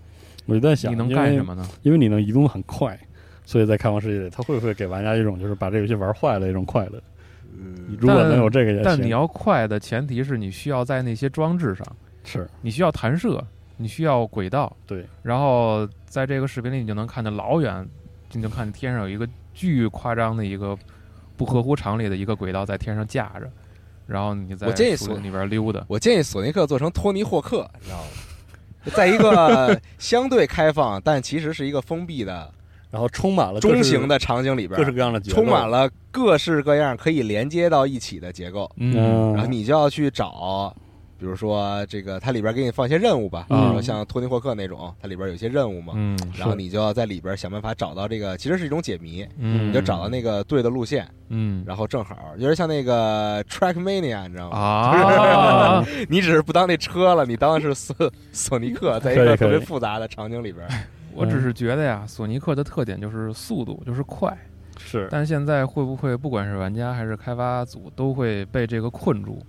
我就在想，
你能
因
干
为
什么呢？
因为你能移动很快，所以在开放世界里，它会不会给玩家一种就是把这游戏玩坏了一种快乐？
嗯，
如果能有这
呃
个也行，
但你要快的前提是你需要在那些装置上，
是
你需要弹射，你需要轨道，
对，
然后在这个视频里你就能看到老远，你就看天上有一个巨夸张的一个不合乎常理的一个轨道在天上架着，然后你在
我建议
树林
所
里边溜达，
我建议索尼克做成托尼霍克，你知道吗？就在一 个相对开放，但其实是一个封闭的
然后充满了各式
中型的场景里边
各，式各样的节奏，
充满了各式各样可以连接到一起的结构，
嗯，
嗯，
然后你就要去找，比如说这个它里边给你放一些任务吧，比
嗯
如说像托尼霍克那种，它里边有一些任务嘛，
嗯
然后你就要在里边想办法找到这个，其实是一种解谜，
嗯，
你就找到那个对的路线，
嗯
然后正好有点像那个 Trackmania，你知道吗？
啊，
你只是不当那车了，你当的是索索尼克，在一
可
个
以可以
特别复杂的场景里边，
我
嗯
只是觉得呀，索尼克的特点就是速度，就是快。
是
但现在会不会不管是玩家还是开发组都会被这个困住？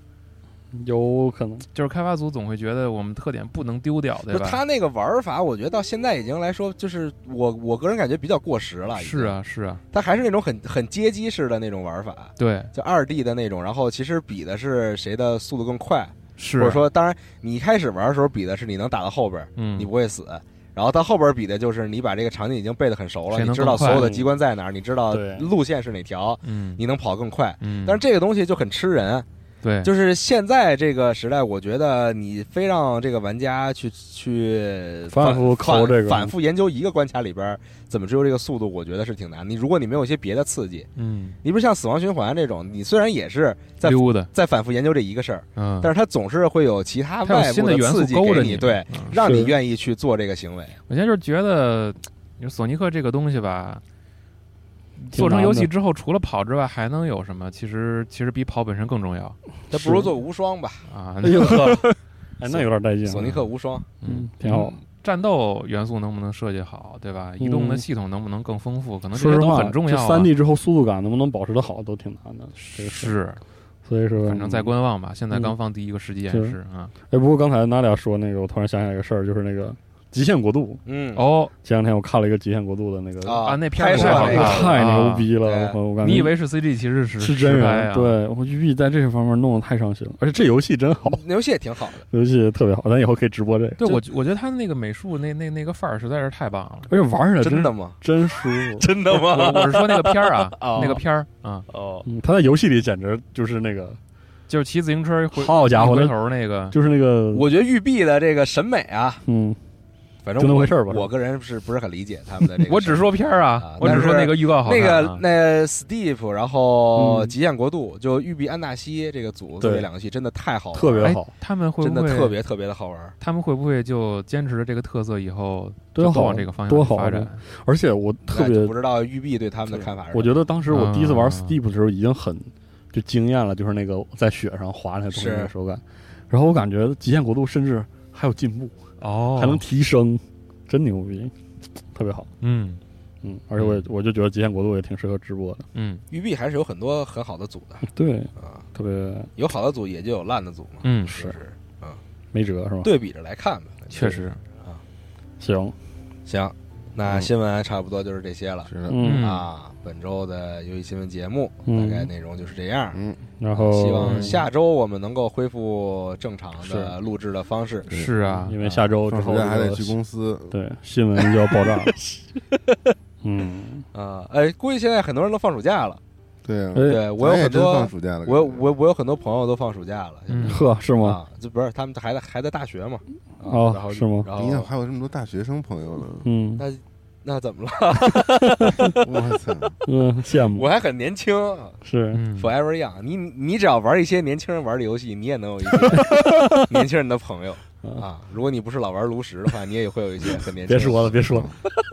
有可能。
就是开发组总会觉得我们特点不能丢掉，对
就
吧？
他那个玩法，我觉得到现在已经来说，就是我我个人感觉比较过时了。已经
是，啊，是啊，
他还是那种很很街机式的那种玩法，
对，
就二 D 的那种。然后其实比的是谁的速度更快，
是。啊
或者，说，当然你一开始玩的时候比的是你能打到后边，
嗯
你，不会死。然后到后边比的就是你把这个场景已经背得很熟了，
谁能
你知道所有
更
的
快
机关在哪儿，你知道
对
路线是哪条，
嗯，
你能跑更快。
嗯，
但是这个东西就很吃人，
对，
就是现在这个时代，我觉得你非让这个玩家去去
反复
反
抠这个
反复研究一个关卡里边儿怎么追求这个速度，我觉得是挺难。你如果你没有一些别的刺激，
嗯，
你比如像死亡循环这种，你虽然也是在
溜达，
在反复研究这一个事儿，
嗯，
但是它总是会有其他
它有
外
新
部
的元素
刺激
勾
给
着
你，对，
嗯
让你
是
愿意去做这个行为。
我现在就是觉得，你说索尼克这个东西吧，
挺
做成
难
游戏
的
之后，除了跑之外，还能有什么？其实其实比跑本身更重要
它不如做无双吧，
啊！
哎 呦
呵，
哎，那有点带劲啊。
索尼克无双。
嗯
嗯，挺好。
战斗元素能不能设计好，对吧？移动的
嗯
系统能不能更丰富？可能这
说
些
实
都
话，
很重要、啊。
三 D 之后速度感能不能保持的好，都挺难的。这个事儿，
是，
所以说，
反正再观望吧。现在刚放第一个实际演
嗯是
示啊。
哎，不过刚才娜俩说那个，我突然想起来一个事儿，就是那个《极限国度
嗯，》。
哦》。
前两天我看了一个《极限国度》的那个，
啊
啊，那片
拍
儿
摄
太
那
好看
个
了，
太牛逼了！
啊
我我
啊！
感觉
你以为是 CG，其实是
是真
实拍
人？
啊。
对，我玉碧在这方面弄得太上心了，而且这游戏真好，
那游戏也挺好的。
游戏特别好，咱以后可以直播这个。
对，我觉我觉得他那个美术那那那个范儿实在是太棒 了。
而且玩起来
真
真
的吗？
真舒服。
真的吗？
我我是说那个片儿啊
哦，
那个片儿啊，
哦，
嗯，他在游戏里简直就是那个，
就是骑自行车回
好家伙
回
那
头啊那个，
就是那个，
我觉得育碧的这个审美啊，
嗯，
反正
就那
我
回事儿吧
我个人是不是很理解他们的这个？
我只说片儿啊
啊，
我只说那个预告好
那
看啊
个那 Steve，然后《
嗯
极限国度》就育碧安纳西这个组做这
对
两个戏真的太好玩
特
了，
别
哎
好，，
他们会
真
不
的
会
特别特别的好玩。
他们会不会就坚持这个特色以后
多
就都
好
往这个方
多
向
好
发展？
而且我特
那就
别
不知道育碧对他们的看法是什么。
我觉得当时我第一次玩
啊
Steep 的时候已经很就惊艳了，就是那个在雪上滑那个东西
是
的手感。然后我感觉《极限国度》甚至还有进步，
哦，
还能提升，真牛逼，特别好。
嗯
嗯，而且我也我就觉得《极限国度》也挺适合直播的，
嗯
育碧还是有很多很好的组的
对，
啊，
特别
有好的组也就有烂的组嘛，
嗯，
就是是
没辙是吧？
对比着来看吧。
确实，
行，
行，那
嗯
新闻差不多就是这些了
是的，
嗯，
嗯
啊。本周的游戏新闻节目大
嗯
概内容就是这样。
嗯，
然后
希望
嗯
下周我们能够恢复正常的
是
录制的方式。
是啊，
因为下周之
嗯放暑
后
假还
这
得
个
去公司，
对新闻就要爆炸了，嗯，
啊，哎，估计现在很多人都放暑假了。
对啊，
哎，
对我有
咱也
很
真
多
放，暑假了，
我有我我有很多朋友都放暑假了。
嗯
呵，是吗？
啊，这不是他们还在还在大学嘛？啊
哦
然后
是吗，
然
你想
后
还有这么多大学生朋友呢
嗯
那那怎么了？
我操！
嗯，羡
我
慕
还很年轻啊
是，
嗯，
，forever young。你你只要玩一些年轻人玩的游戏，你也能有一 些年轻人的朋友啊。如果你不是老玩炉石的话，你也会有一些很年轻。
嗯别说了，别说了。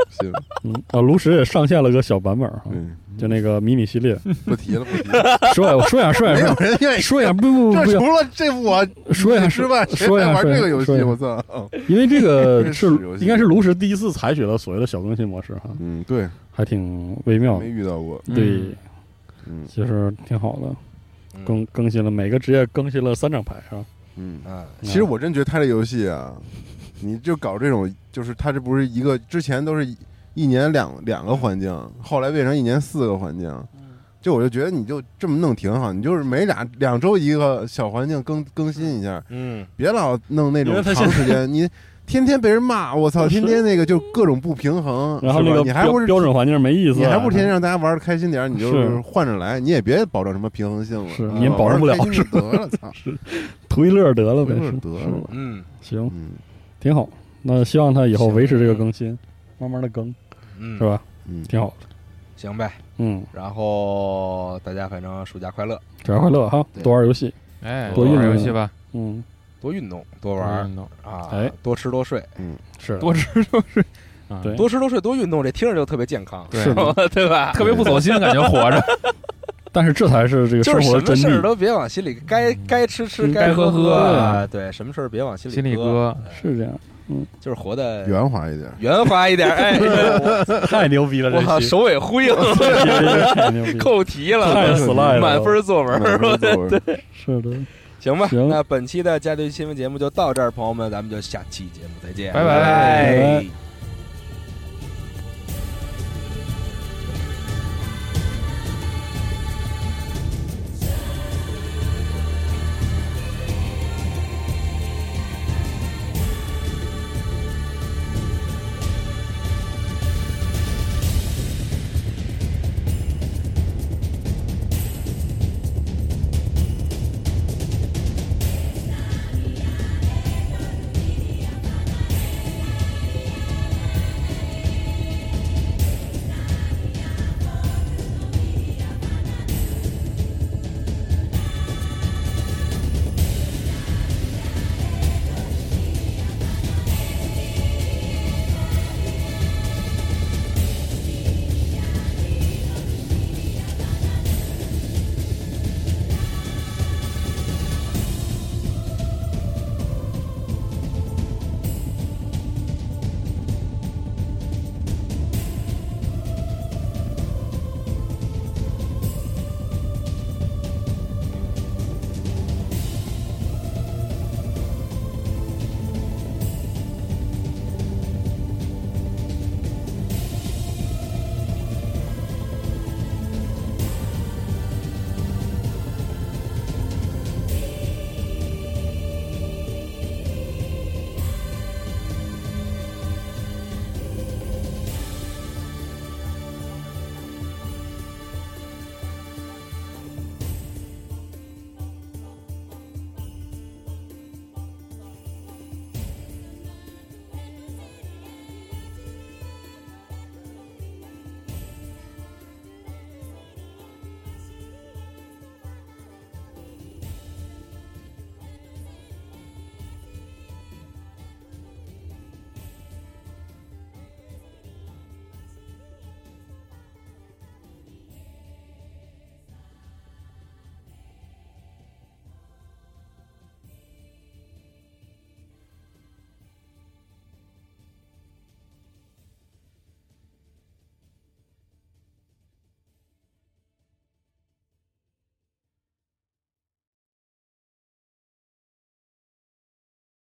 行，
嗯，啊，炉石也上线了个小版本哈，
嗯，
就那个迷你系 列。
不提了，不提了，
说呀，说呀，说呀，
没有
说呀
人愿意。
说呀，不不
这
不不
除
要，
了这我
说呀，
之外，谁
说
还
呀，
玩
说呀
这个游戏？
说呀
我操！哦
因为这个是
是游戏
应该是炉石第一次采取了所谓的小更新模式哈，
嗯，对，
还挺微妙
没
的。
遇到过。
嗯
对，
嗯
其实挺好的，
嗯
更更新了每个职业更新了三张牌啊。
嗯，
嗯，
其实我真觉得他这游戏啊，你就搞这种，就是他这不是一个之前都是一一年两两个环境，后来变成一年四个环境。就我就觉得你就这么弄挺好，你就是每俩两周一个小环境更更新一下，
嗯，
别老弄那
因
种
为他
长
现在
时间，你天天被人骂，我操，
是
天天那个就各种不平衡，
然后
是
那
吧
个
你还
标
不是
标准环境没意思
你
啊，
还不天天让大家玩的开心点儿，你就是
是
换着来，你也别保证什么平衡性了，
是
啊
你也保证不了
玩儿开心就得了，操，
图一乐得了
图
呗，
一乐
是
得了
是吧
嗯
行，
嗯
挺好。那希望他以后维持这个更新，慢慢的更
嗯，
是吧？
嗯，
挺好的。
行呗。
嗯，
然后大家反正暑假快乐，
主要快乐哈，
对
多玩游戏。
哎，
多
玩
运
游
动
戏吧，嗯
嗯，
多运动，多
多
玩儿
运动，
啊，
哎
多吃多睡，
是
多吃多睡，啊
对
多吃多睡多运动，这听着就特别健康，
对
是的，
对吧？
啊特别不走心，感觉活着，
但是这才是这个
就是
生
什
活的
么
真
事儿
谛。
都别往心里，该该吃吃，
嗯
该喝
该喝喝
啊对，什么事儿别往心
心里
里搁，
哥，
是这样，
就是活的
圆滑 一点儿，
圆滑一点。 哎，
太牛逼了！
我操，
这期
首尾呼应，
太牛逼了，
扣题了，
太 slide 了，
嗯
满分作文
满分作文
是的，
行吧，
行
那本期的《家庭新闻》节目就到这儿，朋友们，咱们就下期节目再见，
拜拜
拜拜